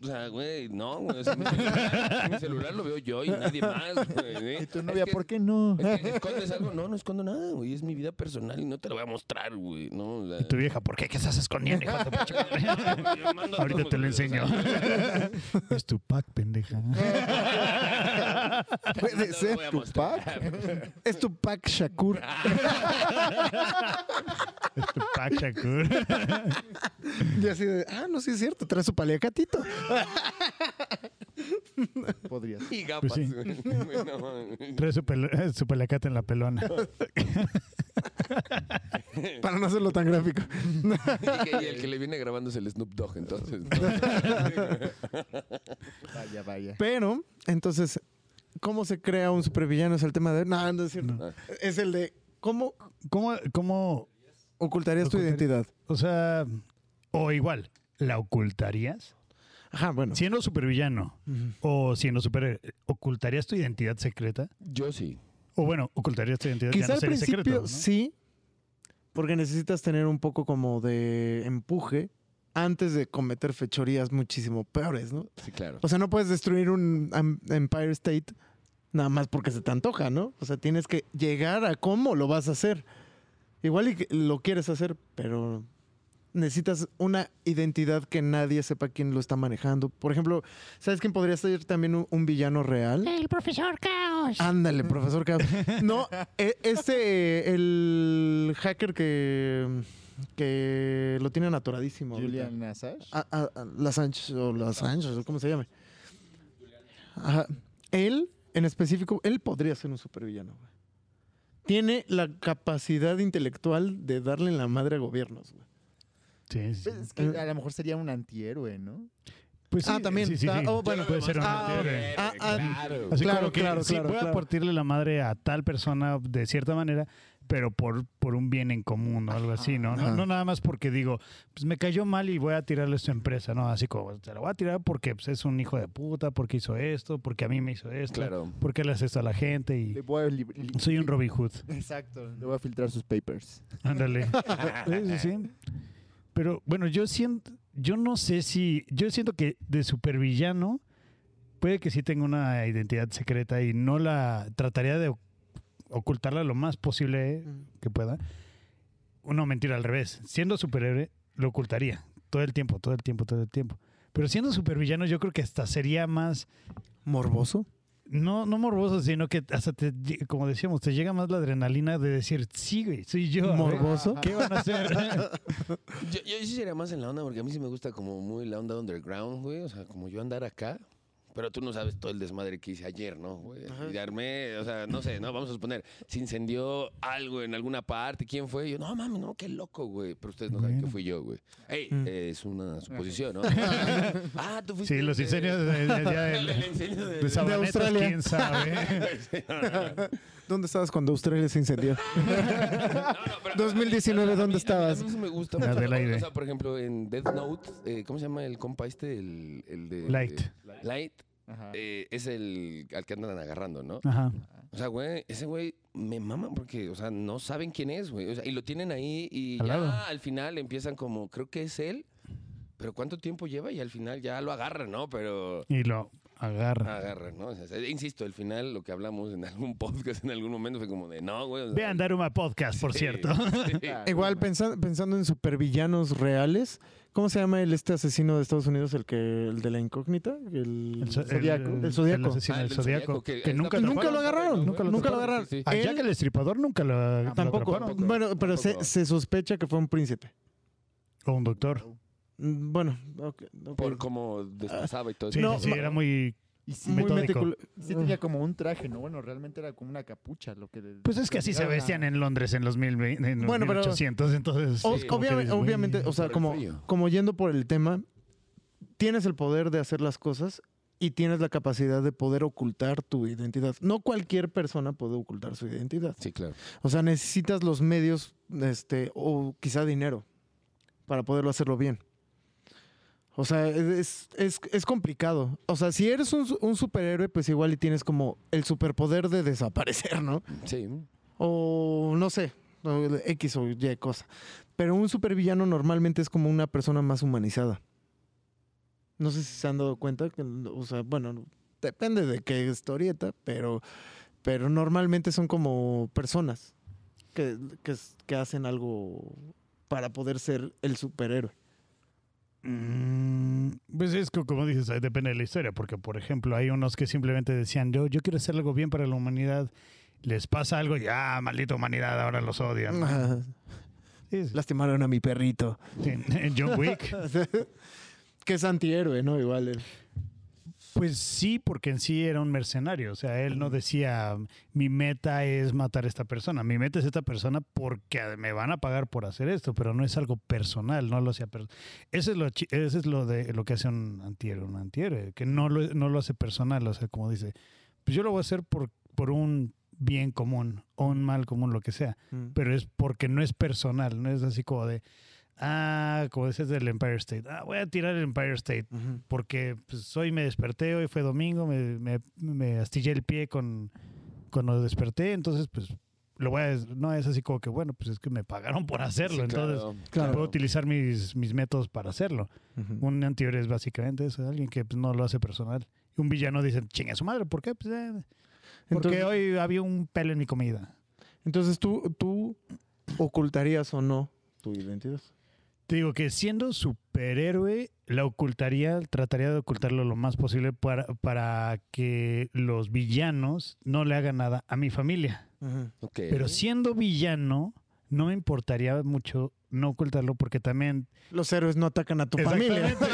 D: O sea, güey, no, güey. o sea, mi, celular, mi celular lo veo yo y nadie más, güey.
A: Y tu
D: Es
A: novia,
D: que-
A: ¿por qué no?
D: es que ¿Escondes algo? No, no escondo nada, güey. Es mi vida personal y no te la voy a mostrar, güey. No, o sea,
B: Y tu vieja, ¿por qué? ¿Qué estás escondiendo, hijo de tu pinche madre?"
D: yo mando
B: Ahorita
D: todo,
B: te lo
D: güey, o sea,
B: enseño. es tu pack, pendeja.
D: no
C: Puede
D: lo
C: ser
D: voy a
C: tu
D: mostrar.
C: Es tu pack Shakur.
B: Es tu pack, Shakur.
C: Y así de, ah, no, sí es cierto, trae su paliacatito.
A: Podría ser.
D: Y gapas.
B: sí.
D: güey. No, mames.
B: Trae su, pel- su pelacate en la pelona.
C: Para no hacerlo tan gráfico.
D: y, que- y el que le viene grabando es el Snoop Dogg, entonces. ¿no?
A: Vaya, vaya.
C: Pero, entonces, ¿cómo se crea un supervillano? Es el tema de. No, no es cierto. Es el de cómo
B: ¿Cómo, cómo,
C: ocultarías tu
B: Ocultaría-
C: identidad.
B: o sea, o igual, la ocultarías?
C: Ajá, bueno.
B: Siendo supervillano
C: Ujú.
B: o siendo super... ¿Ocultarías tu identidad secreta?
D: Yo sí.
B: O bueno, ocultarías tu identidad
C: Quizá
B: ya no
C: al
B: sería
C: principio
B: secreto, ¿no?
C: sí, porque necesitas tener un poco como de empuje antes de cometer fechorías muchísimo peores, ¿no?
D: Sí, claro.
C: O sea, no puedes destruir un am- Empire State nada más porque se te antoja, ¿no? O sea, tienes que llegar a cómo lo vas a hacer. Igual y que lo quieres hacer, pero necesitas una identidad que nadie sepa quién lo está manejando. Por ejemplo, ¿sabes quién podría ser también un, un villano real?
E: El profesor Caos.
C: Ándale, profesor Caos. No, e- este, el hacker que, que lo tienen atoradísimo. ahorita.
A: Julian Assange.
C: A- a- a- Lasange o Lasange, o ¿cómo se llame? Ajá. Él, en específico, él podría ser un supervillano. güey. Tiene la capacidad intelectual de darle en la madre a gobiernos. güey.
B: Sí, sí.
A: Pues es que a lo mejor sería un antihéroe, ¿no?
B: Pues sí,
C: Ah, también.
B: sí, sí,
C: Ah,
B: sí.
C: oh, bueno.
B: puede ser un
C: Ah, ok.
B: antihéroe.
C: Ah, ah,
D: claro.
B: Así
C: Claro,
B: como que
C: claro,
B: sí,
C: claro,
B: voy
C: claro.
B: a partirle la madre a tal persona de cierta manera, pero por, por un bien en común o algo así, ¿no?
C: Ajá.
B: No, no nada más porque digo, pues me cayó mal y voy a tirarle a su empresa, ¿no? Así como, te la voy a tirar porque pues, es un hijo de puta, porque hizo esto, porque a mí me hizo esto,
D: Claro.
B: porque le hace esto a la gente y
A: Le voy a li- li-
B: soy un Robin Hood.
A: Exacto. Le voy a filtrar sus papers.
B: Ándale. Sí, sí, sí. Pero bueno, yo siento, yo no sé si, yo siento que de supervillano puede que sí tenga una identidad secreta y no la trataría de oc- ocultarla lo más posible que pueda. No, mentira, al revés. Siendo superhéroe, lo ocultaría todo el tiempo, todo el tiempo, todo el tiempo. Pero siendo supervillano, yo creo que hasta sería más
C: Morboso.
B: no, no morboso, sino que hasta te, lle- como decíamos, te llega más la adrenalina de decir, sí, güey, soy yo. a ver,
C: Morboso.
B: ¿Qué van a hacer?
D: Yo, yo sí sería más en la onda, porque a mí sí me gusta como muy la onda underground, güey. O sea, como yo andar acá. Pero tú no sabes todo el desmadre que hice ayer, ¿no? güey? Y darme, o sea, no sé, ¿no? Vamos a suponer, se incendió algo en alguna parte, ¿quién fue? Y yo, no, mami, no, qué loco, güey. Pero ustedes no saben que
B: Bueno.
D: fui yo, güey. Ey,
C: Mm.
D: eh, es una suposición, ¿no? ah, tú fuiste.
B: sí, los
D: eh,
B: incendios de, Pues de, allá de-
D: el incendio de-
B: de Sabanetas,
C: Australia.
B: quién sabe.
C: ¿Dónde estabas cuando Australia se incendió?
D: No, no, pero-
C: 2019,
D: a mí-
C: ¿dónde estabas?
D: A mí sí me gusta mucho.
B: Adelaide.
D: O sea, por ejemplo, en Death Note, eh, ¿cómo se llama el compa este? El, el de...
B: Light.
D: Light.
A: Ajá.
D: eh, es el al que andan agarrando, ¿no?
B: Ajá.
D: O sea, güey, ese güey me mama porque, o sea, no saben quién es, güey. O sea, y lo tienen ahí y
B: Al
D: ya
B: lado.
D: al final empiezan como, creo que es él, pero ¿cuánto tiempo lleva? Y al final ya lo agarran, ¿no? Pero
B: Y lo agarra.
D: agarran, ¿no? O sea, insisto, al final lo que hablamos en algún podcast en algún momento fue como de, no, güey. o sea,
B: Vean Daruma Podcast, por
D: sí,
B: cierto.
D: sí.
A: Claro,
C: Igual
A: bueno.
C: pensan- pensando en supervillanos reales, ¿cómo se llama el este asesino de Estados Unidos, el que el de la incógnita, el,
B: so-
C: zodiaco, el, zodiaco?
B: asesino
D: Ah,
B: del
D: el
B: Zodiaco. Que,
D: está
B: nunca,
D: atrapado,
C: Nunca lo agarraron,
D: ¿no, güey?
B: nunca lo
C: Nunca lo agarraron.
D: Sí, sí.
B: A
C: Él-
B: Jack el Estripador nunca lo
C: Ah, Tampoco.
B: atraparon.
D: Tampoco.
C: Bueno, pero
D: Tampoco.
C: Se, se sospecha que fue un príncipe.
B: O un doctor.
C: Mm, Bueno, ok, ok.
D: Por cómo desfasaba y todo
B: Sí,
D: eso.
B: sí, sí, era muy...
A: Y sí,
C: muy
B: metódico.
C: meticul-
A: sí tenía como un traje, ¿no? Bueno, realmente era como una capucha lo que... le-
B: Pues es que así se
A: era una-
B: vestían en Londres en los 1020, en los
C: Bueno, pero-
B: 1800, entonces...
C: O-
D: Sí.
B: como que
C: obvia-
B: dices, güey,
C: obviamente, o
D: por
C: sea,
D: el
C: como,
D: frío.
C: como yendo por el tema, tienes el poder de hacer las cosas y tienes la capacidad de poder ocultar tu identidad. No cualquier persona puede ocultar su identidad.
D: Sí, claro.
C: O sea, necesitas los medios, este, o quizá dinero, para poderlo hacerlo bien. O sea, es, es- es complicado. O sea, si eres un, su- un superhéroe, pues igual y tienes como el superpoder de desaparecer, ¿no?
D: Sí.
C: O no sé, o el X o Y cosa. Pero un supervillano normalmente es como una persona más humanizada. No sé si se han dado cuenta, que, o sea, bueno, depende de qué historieta, pero, pero normalmente son como personas que, que, s- que hacen algo para poder ser el superhéroe.
B: Mm, Pues es que, como dices, ahí depende de la historia, porque, por ejemplo, hay unos que simplemente decían, yo, yo quiero hacer algo bien para la humanidad, les pasa algo y, ah, maldita humanidad, ahora los odian.
C: Ah,
B: Sí, sí.
C: Lastimaron a mi perrito.
B: Sí, John Wick.
C: que es antihéroe, ¿no? Igual. él.
B: Pues sí, porque en sí era un mercenario. O sea, él no decía, mi meta es matar a esta persona. Mi meta es esta persona porque me van a pagar por hacer esto, pero no es algo personal, no lo hacía personal. Ese es lo, chi- ese es lo, de, lo que hace un antihéroe, un antihéroe, que no lo, no lo hace personal. O sea, como dice, pues yo lo voy a hacer por, por un bien común o un mal común, lo que sea
C: Mm.
B: pero es porque no es personal, no es así como de, ah, como dices del Empire State, ah, voy a tirar el Empire State,
C: Ujú.
B: porque pues, hoy me desperté, hoy fue domingo, me, me- me astillé el pie con cuando desperté, entonces pues lo voy a, no es así como que, bueno, pues es que me pagaron por hacerlo,
D: Sí,
B: entonces
D: claro,
C: claro.
B: puedo utilizar mis, mis métodos para hacerlo.
C: Ujú.
B: Un antihéroe es básicamente eso, alguien que pues, no lo hace personal. Y Un villano dice, chinga su madre, ¿por qué? Pues, eh, porque
C: Entonces-
B: hoy había un pelo en mi comida.
C: Entonces, ¿tú, ¿tú ocultarías o no tu identidad?
B: Te digo que siendo superhéroe, la ocultaría, trataría de ocultarlo lo más posible para, para que los villanos no le hagan nada a mi familia.
D: ok.
B: Pero siendo villano, no me importaría mucho no ocultarlo porque también...
C: Los héroes no atacan a tu familia.
B: Exactamente.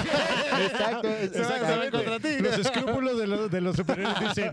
A: Exacto, exactamente.
B: Los escrúpulos de los, de los superhéroes dicen,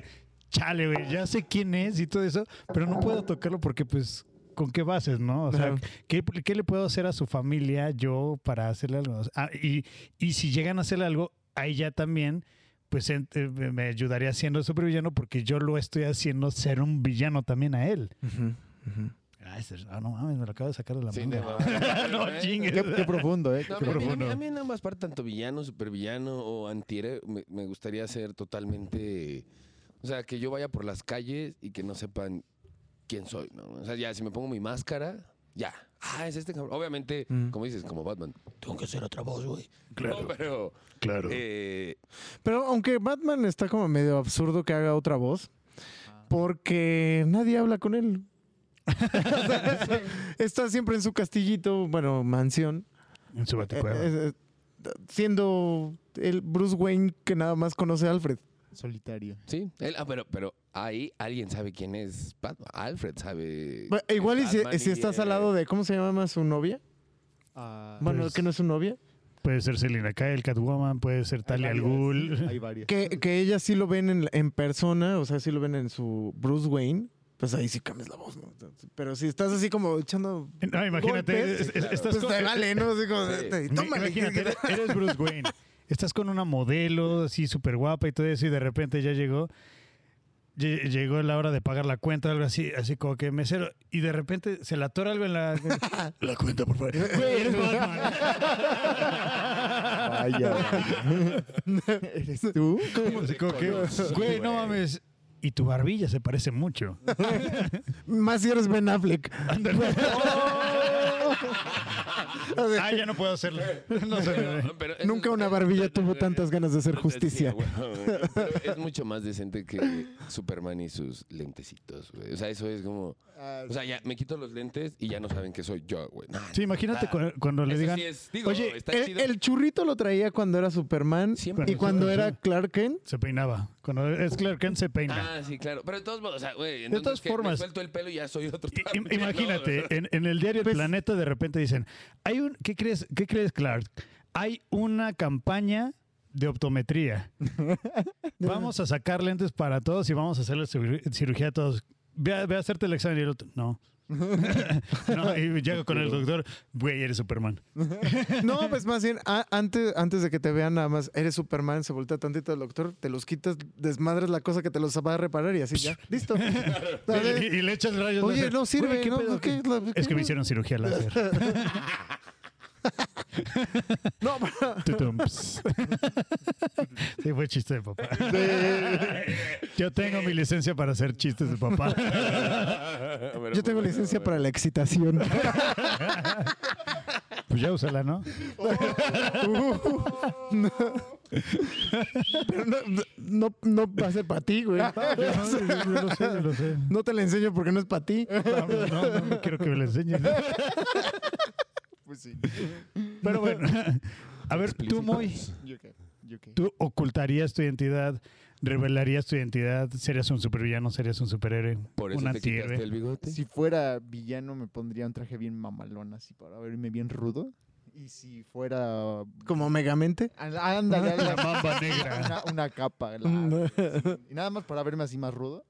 B: chale, güey, ya sé quién es y todo eso, pero no puedo tocarlo porque pues... ¿Con qué bases, no? O sea,
C: Claro.
B: ¿qué, qué le puedo hacer a su familia yo para hacerle algo? O sea, ah, y, y si llegan a hacerle algo, ahí ya también, pues en- eh, me me ayudaría siendo supervillano porque yo lo estoy haciendo ser un villano también a él.
C: Ujú, ujú.
B: Ah, ese- ah, no mames, me lo acabo de sacar de la
D: Sí,
B: manga.
D: no,
B: no,
D: ¿eh?
B: chingues.
A: Qué, qué profundo, ¿eh?
D: No, a
A: Qué
D: mí- a, mí,
A: profundo.
D: a mí- a mí en ambas partes, tanto villano, supervillano o antihéroe, me, me gustaría ser totalmente... O sea, que yo vaya por las calles y que no sepan quién soy, ¿no? O sea, ya, si me pongo mi máscara, ya. Ah, es este cabrón. Obviamente,
C: Mm.
D: como dices, como Batman, tengo que ser otra voz, güey. Claro. pero...
B: Claro.
D: eh,
C: Pero aunque Batman está como medio absurdo que haga otra voz, porque nadie habla con él. O sea, está siempre en su castillito, bueno, mansión,
B: En su baticueva.
C: eh, eh, siendo el Bruce Wayne que nada más conoce a Alfred.
A: Solitario.
D: sí, él- ah, pero, pero ahí alguien sabe quién es Batman. Alfred sabe...
C: Bueno,
D: quién es
C: igual y si,
D: Batman eh,
C: si estás al lado de, ¿cómo se llama su novia?
A: Ah,
C: Bueno,
B: Pues-
C: que no es su novia.
B: Puede ser Selina Kyle, Catwoman, puede ser Talia al
A: varias,
B: Ghul.
A: Hay varias.
C: Que, que ellas sí lo ven en, en persona, o sea, sí lo ven en su Bruce Wayne. Pues ahí sí cambias la voz, ¿no? Pero si estás así como echando
B: No, imagínate, es-
C: Golpes.
B: es-
D: Sí, claro.
B: estás
C: Pues
B: con-
C: te vale, ¿no? Así como,
D: Sí.
C: te-
B: No,
C: tómale.
B: imagínate, eres, eres Bruce Wayne. Estás con una modelo así súper guapa y todo eso, y de repente ya llegó. lle- Llegó la hora de pagar la cuenta, algo así, así como que mesero, y de repente se le atora algo en la. la cuenta, por favor. Güey, eres Batman.
A: Vaya. ¿Eres tú?
B: Así como que,
D: Conocí,
B: güey, no
D: güey.
B: mames. Y tu barbilla se parece mucho.
C: Más si eres Ben Affleck.
B: Oh.
C: O sea,
B: Ah, ya no puedo hacerlo. No se me ve.
D: Pero- pero eso
C: Nunca
D: es-
C: una barbilla tuvo tantas ganas de hacer justicia.
D: Sí, güey. Pero es mucho más decente que Superman y sus lentecitos, güey. O sea, eso es como. O sea, ya me quito los lentes y ya no saben que soy yo, güey. No,
B: Sí, imagínate cu- cuando le
D: eso
B: digan.
D: sí es- digo,
B: "Oye,
D: está
C: El,
D: chido.
C: el churrito lo traía cuando era Superman
D: Siempre.
C: y cuando
B: Sí.
C: era Clark Kent.
B: Se peinaba. Cuando es Clark Kent, se peina.
D: Ah, sí, claro. Pero de todos modos, o sea, güey. entonces,
B: todas
D: ¿qué? Me
B: formas-
D: suelto el pelo y ya soy otro.
B: I- im-
D: también, ¿no?
B: Imagínate, en, en el diario
C: Pues-
B: El Planeta de repente dicen, hay un, ¿qué crees, qué crees, Clark? Hay una campaña de optometría. vamos a sacar lentes para todos y vamos a hacer la ciru- cirugía a todos. Ve a, ve a hacerte el examen y el otro, no. no, y llego con el doctor, güey, eres Superman.
C: No, pues más bien, a- antes, antes de que te vean, nada más eres Superman, se voltea tantito el doctor, te los quitas, desmadres la cosa que te los va a reparar y así ya. Listo.
B: Y,
C: Dale.
B: y le echas rayos.
C: Oye,
B: láser.
C: no sirve,
B: Güey, ¿qué
C: ¿no?
B: pedo?
C: ¿Qué- la-
B: Es
C: qué
B: que me
C: no?
B: hicieron cirugía láser.
C: No, pero-
B: Tutum, ps. sí, fue chiste de papá. Yo tengo mi licencia para hacer chistes de papá.
D: Pero
C: yo tengo
D: bueno,
C: licencia
D: bueno.
C: para la excitación.
B: Pues ya úsala, ¿no?
C: Uh. No. Pero no, no, no va a ser para ti, güey.
B: lo sé, yo lo sé.
C: No te la enseño porque no es para ti.
B: No, no, no, no quiero que me lo enseñes.
A: Pues sí.
B: Pero bueno. A ver, tú, Moy,
A: Yo qué, yo qué.
B: ¿tú ocultarías tu identidad? ¿Revelarías tu identidad? ¿Serías un supervillano? ¿Serías un superhéroe?
D: Por eso
B: ¿Un
D: te quitaste
B: antihéroe?
D: el bigote.
A: Si fuera villano me pondría un traje bien mamalón así para verme bien rudo Y si fuera.
C: Como Megamente.
A: á- Ándale,
B: La
A: ándale,
B: mamba negra.
A: una, una capa. larga, así. Y nada más para verme así más rudo.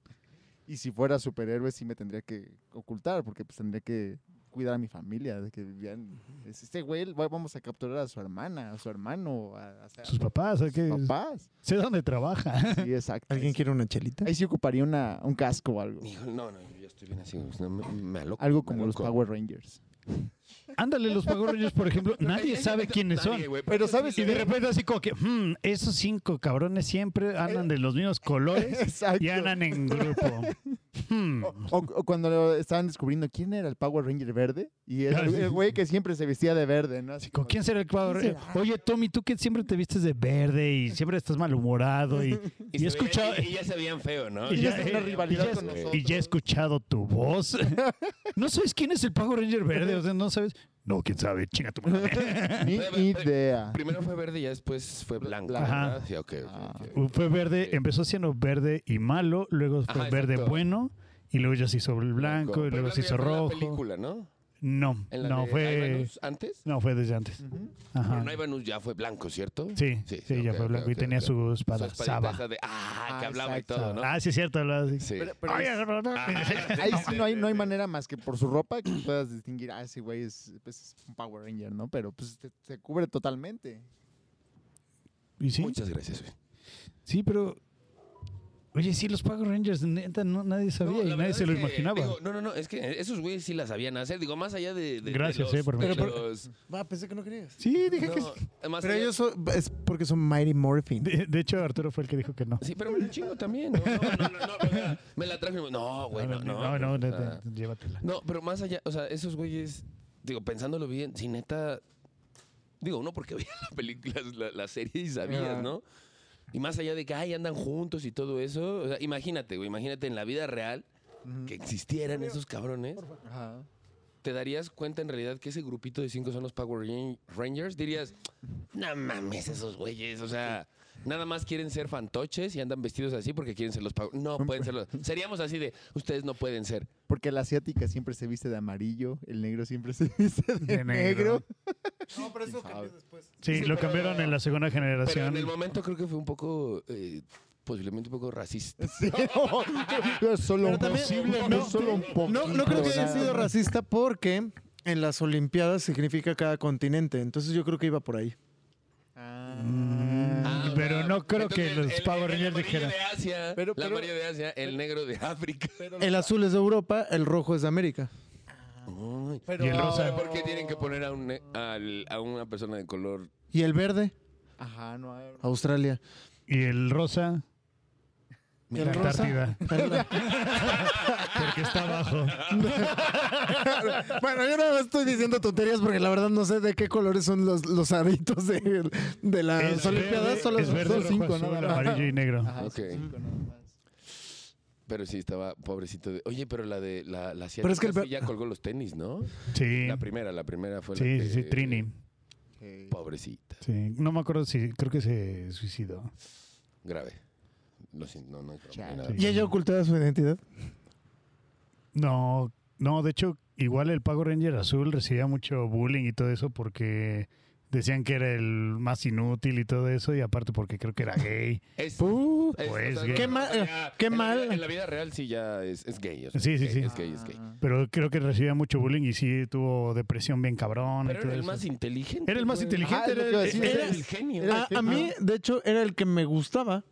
A: Y si fuera superhéroe, sí me tendría que ocultar, porque pues tendría que cuidar a mi familia. De que vivían. es, Este güey, va- vamos a capturar a su hermana, a su hermano, a, a- a
B: Sus papás, hay que-
A: sus papás.
B: sé dónde trabaja.
A: Sí, exacto.
C: ¿Alguien
A: Ahí sí-
C: quiere una chelita?
A: Ahí sí ocuparía una, un casco o algo.
D: Hijo, no, no, yo ya estoy bien así. pues, no, me, me aloco,
A: Algo
D: me
A: como los
D: aloco.
A: Power Rangers.
B: Ándale, los Power Rangers, por ejemplo, nadie sabe quiénes son.
D: Nadie, güey,
A: Pero sabes
B: Y de repente así como que, "Hmm, esos cinco cabrones siempre andan de los mismos colores
A: Exacto.
B: y andan en grupo. Hmm,
A: O,
D: Oh,
A: o cuando estaban descubriendo quién era el Power Ranger verde y
B: Ah,
A: el
B: sí.
A: el güey que siempre se vestía de verde, ¿no? Así
B: ¿Con
A: como-
B: quién será el Power
A: ¿Quién
B: Ranger? Oye, Tommy, tú que siempre te vistes de verde y siempre estás malhumorado y, y
D: se
B: he escuchado...
D: veían- y ya se veían feo, ¿no?
B: Y
A: Tienes
B: ya-
A: una
B: y
A: rivalidad
B: ya-
A: con nosotros.
B: Y ya he escuchado tu voz. ¿No sabes quién es el Power Ranger verde? O sea, no sabes. No, quién sabe, chinga tu madre.
A: Ni
D: Pero, pero,
A: idea.
D: Primero fue verde y ya después fue blanco.
B: Ajá.
D: ¿verdad? Sí, ok, ok,
A: Ah.
D: ok.
B: Fue verde, empezó siendo verde y malo, luego fue
D: Ajá,
B: verde
D: Ah, exacto.
B: bueno, y luego ya se hizo el blanco, y
D: Pero
B: luego se
D: ya
B: hizo
D: fue en la
B: rojo.
D: película, ¿no?
B: No,
D: En la
B: no,
D: de Ivanus
B: fue.
D: antes.
B: No, fue desde antes.
A: Ujú.
D: Pero
B: Ajá.
D: no, Ivanus ya fue blanco, ¿cierto?
B: Sí, sí, ya
D: ok,
B: fue
D: ok,
B: blanco y
D: ok,
B: tenía
D: ok.
B: su espada,
D: espadita
B: Saba.
D: esa de, ah,
A: Ah,
D: que hablaba
A: exacto.
D: y todo, ¿no?
B: Ah, sí, es cierto, hablaba así.
D: sí. ah,
A: Pero- pero
B: Ay,
A: es-
B: no, no.
A: ahí sí no hay, no hay manera más que por su ropa que puedas distinguir, ah, ese güey es, pues, es un Power Ranger, ¿no? Pero pues te- se cubre totalmente.
B: Y sí,
D: Muchas gracias, güey.
B: sí, pero. Oye, sí, los Power Rangers, neta, no, nadie
D: No,
B: sabía y
D: la
B: nadie
D: verdad
B: se
D: es
B: lo
D: que,
B: imaginaba.
D: digo, no, no, no, es que esos güeyes sí la sabían hacer. Digo, más allá de. de- de
B: Gracias,
D: los-
B: eh, por
D: de
B: mencionar.
D: los-
C: Va, pensé que no querías.
B: sí, dije que sí.
D: no, más
C: Pero
D: allá-
C: ellos son, es porque son Mighty Morphin.
B: De, de hecho, Arturo fue el que dijo que no.
D: Sí, pero me la chingo también. No, no, no, no, no, o sea, me la traje. No, güey, no, no. pues, ah.
B: no, no,
D: o
B: no,
D: sea,
B: no, llévatela.
D: No, pero más allá, o sea, esos güeyes, digo, pensándolo bien, si neta, digo, uno porque veía las películas, la, la serie y sabías,
A: Ajá.
D: ¿no? Y más allá de que, ay, andan juntos y todo eso, o sea, imagínate, güey, imagínate en la vida real que existieran esos cabrones,
A: Ajá.
D: te darías cuenta en realidad que ese grupito de cinco son los Power Ran- Rangers, dirías, no mames esos güeyes, o sea... Nada más quieren ser fantoches y andan vestidos así porque quieren ser los Power No pueden ser los. Seríamos así de. Ustedes no pueden ser.
A: Porque la asiática siempre se viste de amarillo, el negro siempre se viste de,
B: De negro.
A: negro.
C: No, pero
A: eso cambió
C: después.
B: Sí,
D: Sí,
B: lo
D: pero-
B: cambiaron en la segunda
D: Pero
B: generación.
D: en el momento creo que fue un poco, eh, posiblemente un poco racista.
A: Sí, no, pero solo
C: Pero
A: un
C: también-
A: posiblemente
C: no,
A: solo un poco.
C: No, no creo que haya
A: racista.
C: sido racista porque en las Olimpiadas significa cada continente. Entonces yo creo que iba por ahí.
D: Ah, o
B: pero
D: sea,
B: no creo
D: entonces
B: que los
D: el-
B: Power
D: el
B: Rangers
D: amarillo
B: dijeran.
D: de Asia,
A: Pero-
D: el
A: pero-
D: amarillo de Asia, el negro de África.
C: El azul es de Europa, el rojo es de América.
D: Ay,
B: Y el rosa.
D: ¿Por qué tienen que poner a, un ne- al- a una persona de color?
C: Y el verde,
A: Ajá, no hay.
C: Australia.
B: Y el rosa,
C: El
B: la
C: rosa.
B: Antártida. Porque está abajo.
C: bueno, yo no estoy diciendo tonterías porque la verdad no sé de qué colores son los, los aritos de, de las
B: Es
C: Olimpiadas.
B: verde,
C: solo
B: es
C: son-
B: verde,
C: son
B: rojo,
C: cinco,
B: azul,
C: nada más.
B: amarillo y negro.
A: Ajá,
D: Ok.
A: son cinco nada más.
D: Pero sí, estaba pobrecito. De, oye, pero la de la, la asiática
C: Pero es que el
D: sí
C: pe-
D: ya colgó los tenis, ¿no?
B: Sí,
D: La primera, la primera fue la
B: sí,
D: que-
B: sí, sí, Trini.
A: Ok.
D: Pobrecita,
B: Sí, no me acuerdo si, creo que se suicidó.
D: grave. Lo siento, no, no es broma,
A: Chale.
D: nada.
C: ¿Y ella ocultaba su identidad?
B: No, no, de hecho, igual el Power Ranger azul recibía mucho bullying y todo eso porque decían que era el más inútil y todo eso, y aparte porque creo que era gay.
D: Es-
C: Puh.
D: es-
B: Pues,
D: o sea,
B: gay.
C: Qué mal-
D: ya-
C: qué
D: en la vida-
C: mal.
D: en la vida real sí ya es, es gay. o sea,
B: Sí, sí,
D: es
B: sí.
D: gay, Es gay, es gay.
A: Ah.
B: Pero creo que recibía mucho bullying y sí tuvo depresión bien cabrón. y
D: Pero
B: todo
D: era el
B: eso.
D: más inteligente.
B: Era el más
D: güey.
B: inteligente,
A: Ajá, es lo que
B: era,
C: eh,
A: iba a
B: el-
A: decir,
D: Era
B: era-
D: el genio.
A: Era-
C: A, Ah, a mí, de hecho, era el que me gustaba.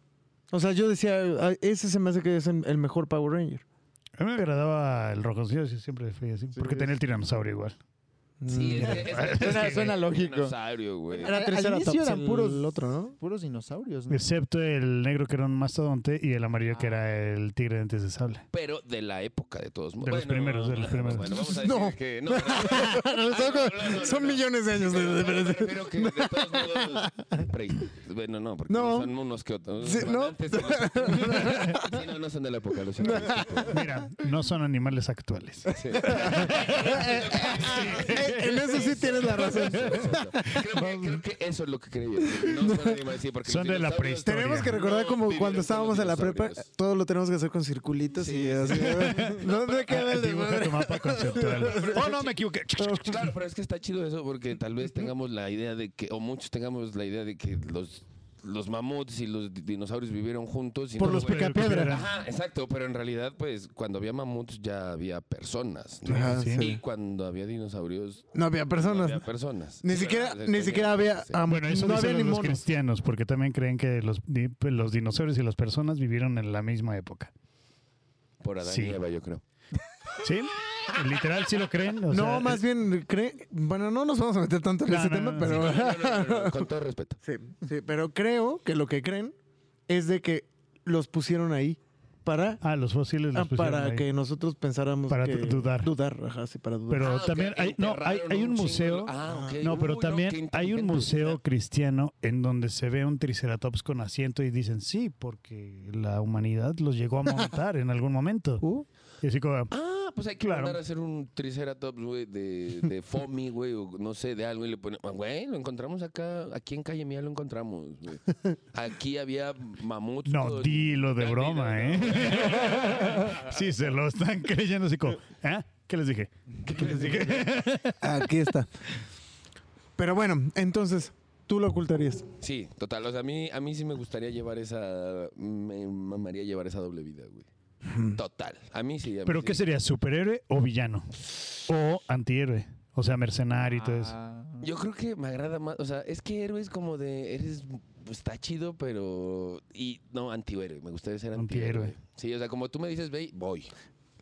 C: O sea, yo decía, "Ah, ese se me hace que es el el mejor Power Ranger.
B: a mí me agradaba el rojo, sí, sí, siempre fui así. porque tenía el tiranosaurio igual.
D: Sí,
C: Mm.
D: es, que- es que-
A: Suena-
D: es que,
A: suena
D: güey,
A: lógico.
D: Dinosaurio, güey.
A: Al-
C: Era
A: al
C: Triceratops
A: inicio eran
C: el
A: puros-
C: otro, ¿no?
A: Puros dinosaurios, ¿no?
B: Excepto el negro que era un mastodonte y el amarillo que
C: Ah.
B: era el tigre de dientes de sable.
D: Pero de la época, de todos modos.
B: De los primeros, de los primeros.
D: Bueno, vamos a decir
C: No.
D: que... No, no, no, no, no,
C: Son
D: no.
C: millones de años de
D: Pero, pero me
C: diferencia.
D: refiero que de todos modos... pre- Bueno, no, porque
C: No.
D: son unos que otros.
C: Sí,
D: Bueno,
C: ¿no?
D: antes de los- Sí, no, no son de la época, lo siento.
B: Mira, no son animales actuales.
D: Sí.
C: Eh, eh, en eso sí tienes la razón.
D: Creo que, creo que eso es lo que creo yo. No son animales, sí, porque
B: Son
D: los
B: de la
D: dinosaurios-
B: prehistoria.
C: Tenemos que
D: No
C: recordar como
D: vivieron
C: cuando
D: con
C: estábamos
D: los
C: en la prepa,
D: dinosaurios.
C: todo lo tenemos que hacer con circulitos y así. ¿Dónde queda el
B: Dibuja tu
C: desmadre?
B: mapa conceptual. Oh, no, me equivoqué.
D: Claro, pero es que está chido eso porque tal vez tengamos la idea de que, o muchos tengamos la idea de que los, los mamuts y los di- dinosaurios vivieron juntos. Y
C: Por
D: no,
C: los
D: güey.
C: picapiedra.
D: Ajá, exacto, pero en realidad, pues, cuando había mamuts ya había personas. ¿no?
C: Ajá,
B: Sí.
D: Y cuando había dinosaurios
C: No había
D: no
C: personas.
D: había personas.
C: Ni
D: Sí,
C: siquiera,
D: pero,
C: ni
D: sí,
C: siquiera había.
D: sí.
C: ah,
B: Bueno, eso
C: no había
B: dicen
C: ni
B: los
C: monos.
B: cristianos, porque también creen que los, di- pues, los dinosaurios y las personas vivieron en la misma época.
D: Por Adán
B: Sí.
D: y Eva, yo creo.
B: ¿Sí? Literal, sí lo creen. O
C: No,
B: sea,
C: más bien, cree, bueno, no nos vamos a meter tanto en
B: No,
C: ese
B: no,
C: tema,
B: no,
C: pero.
D: Con todo respeto.
C: Sí, sí, pero creo que lo que creen es de que los pusieron ahí para,
B: Ah, los fósiles los
C: ah, para
B: pusieron ahí.
C: que nosotros pensáramos
B: Para
C: que-
B: du- dudar.
C: Dudar, ajá, sí, para dudar.
B: Pero
D: Ah, ok,
B: también hay, no, hay,
D: enterraron
B: hay un
D: chingo de-
B: museo.
D: Ah, ok.
B: No, pero
D: Uy,
B: también
D: qué
B: hay un
D: inteligente.
B: museo cristiano en donde se ve un triceratops con asiento y dicen sí, porque la humanidad los llegó a montar en algún momento.
C: Uh,
B: Y así como,
D: Ah, pues hay que
B: Claro.
D: mandar a hacer un triceratops, güey, de, de foamy, güey, o no sé, de algo. Y le ponen, "Ah, güey, lo encontramos acá, aquí en Calle Mía lo encontramos, güey. Aquí había mamuts.
B: no,
D: con-
B: dilo de
D: Ya,
B: broma,
D: dilo,
B: ¿eh?
D: no,
B: sí, se lo están creyendo así como, ¿ah? ¿Qué les dije? ¿Qué les dije?
C: aquí está. Pero bueno, entonces, tú lo ocultarías.
D: Sí, total, o sea, a mí, a mí sí me gustaría llevar esa, me mamaría llevar esa doble vida, güey. Total, a mí sí. a mí
B: ¿Pero
D: sí.
B: qué sería, superhéroe o villano? O antihéroe, o sea, mercenario y todo eso.
A: Ah,
D: Yo creo que me agrada más, o sea, es que héroe es como de, eres, está chido, pero, y no, antihéroe, me gustaría ser
B: Antihéroe.
D: antihéroe. Sí, o sea, como tú me dices, ve, voy.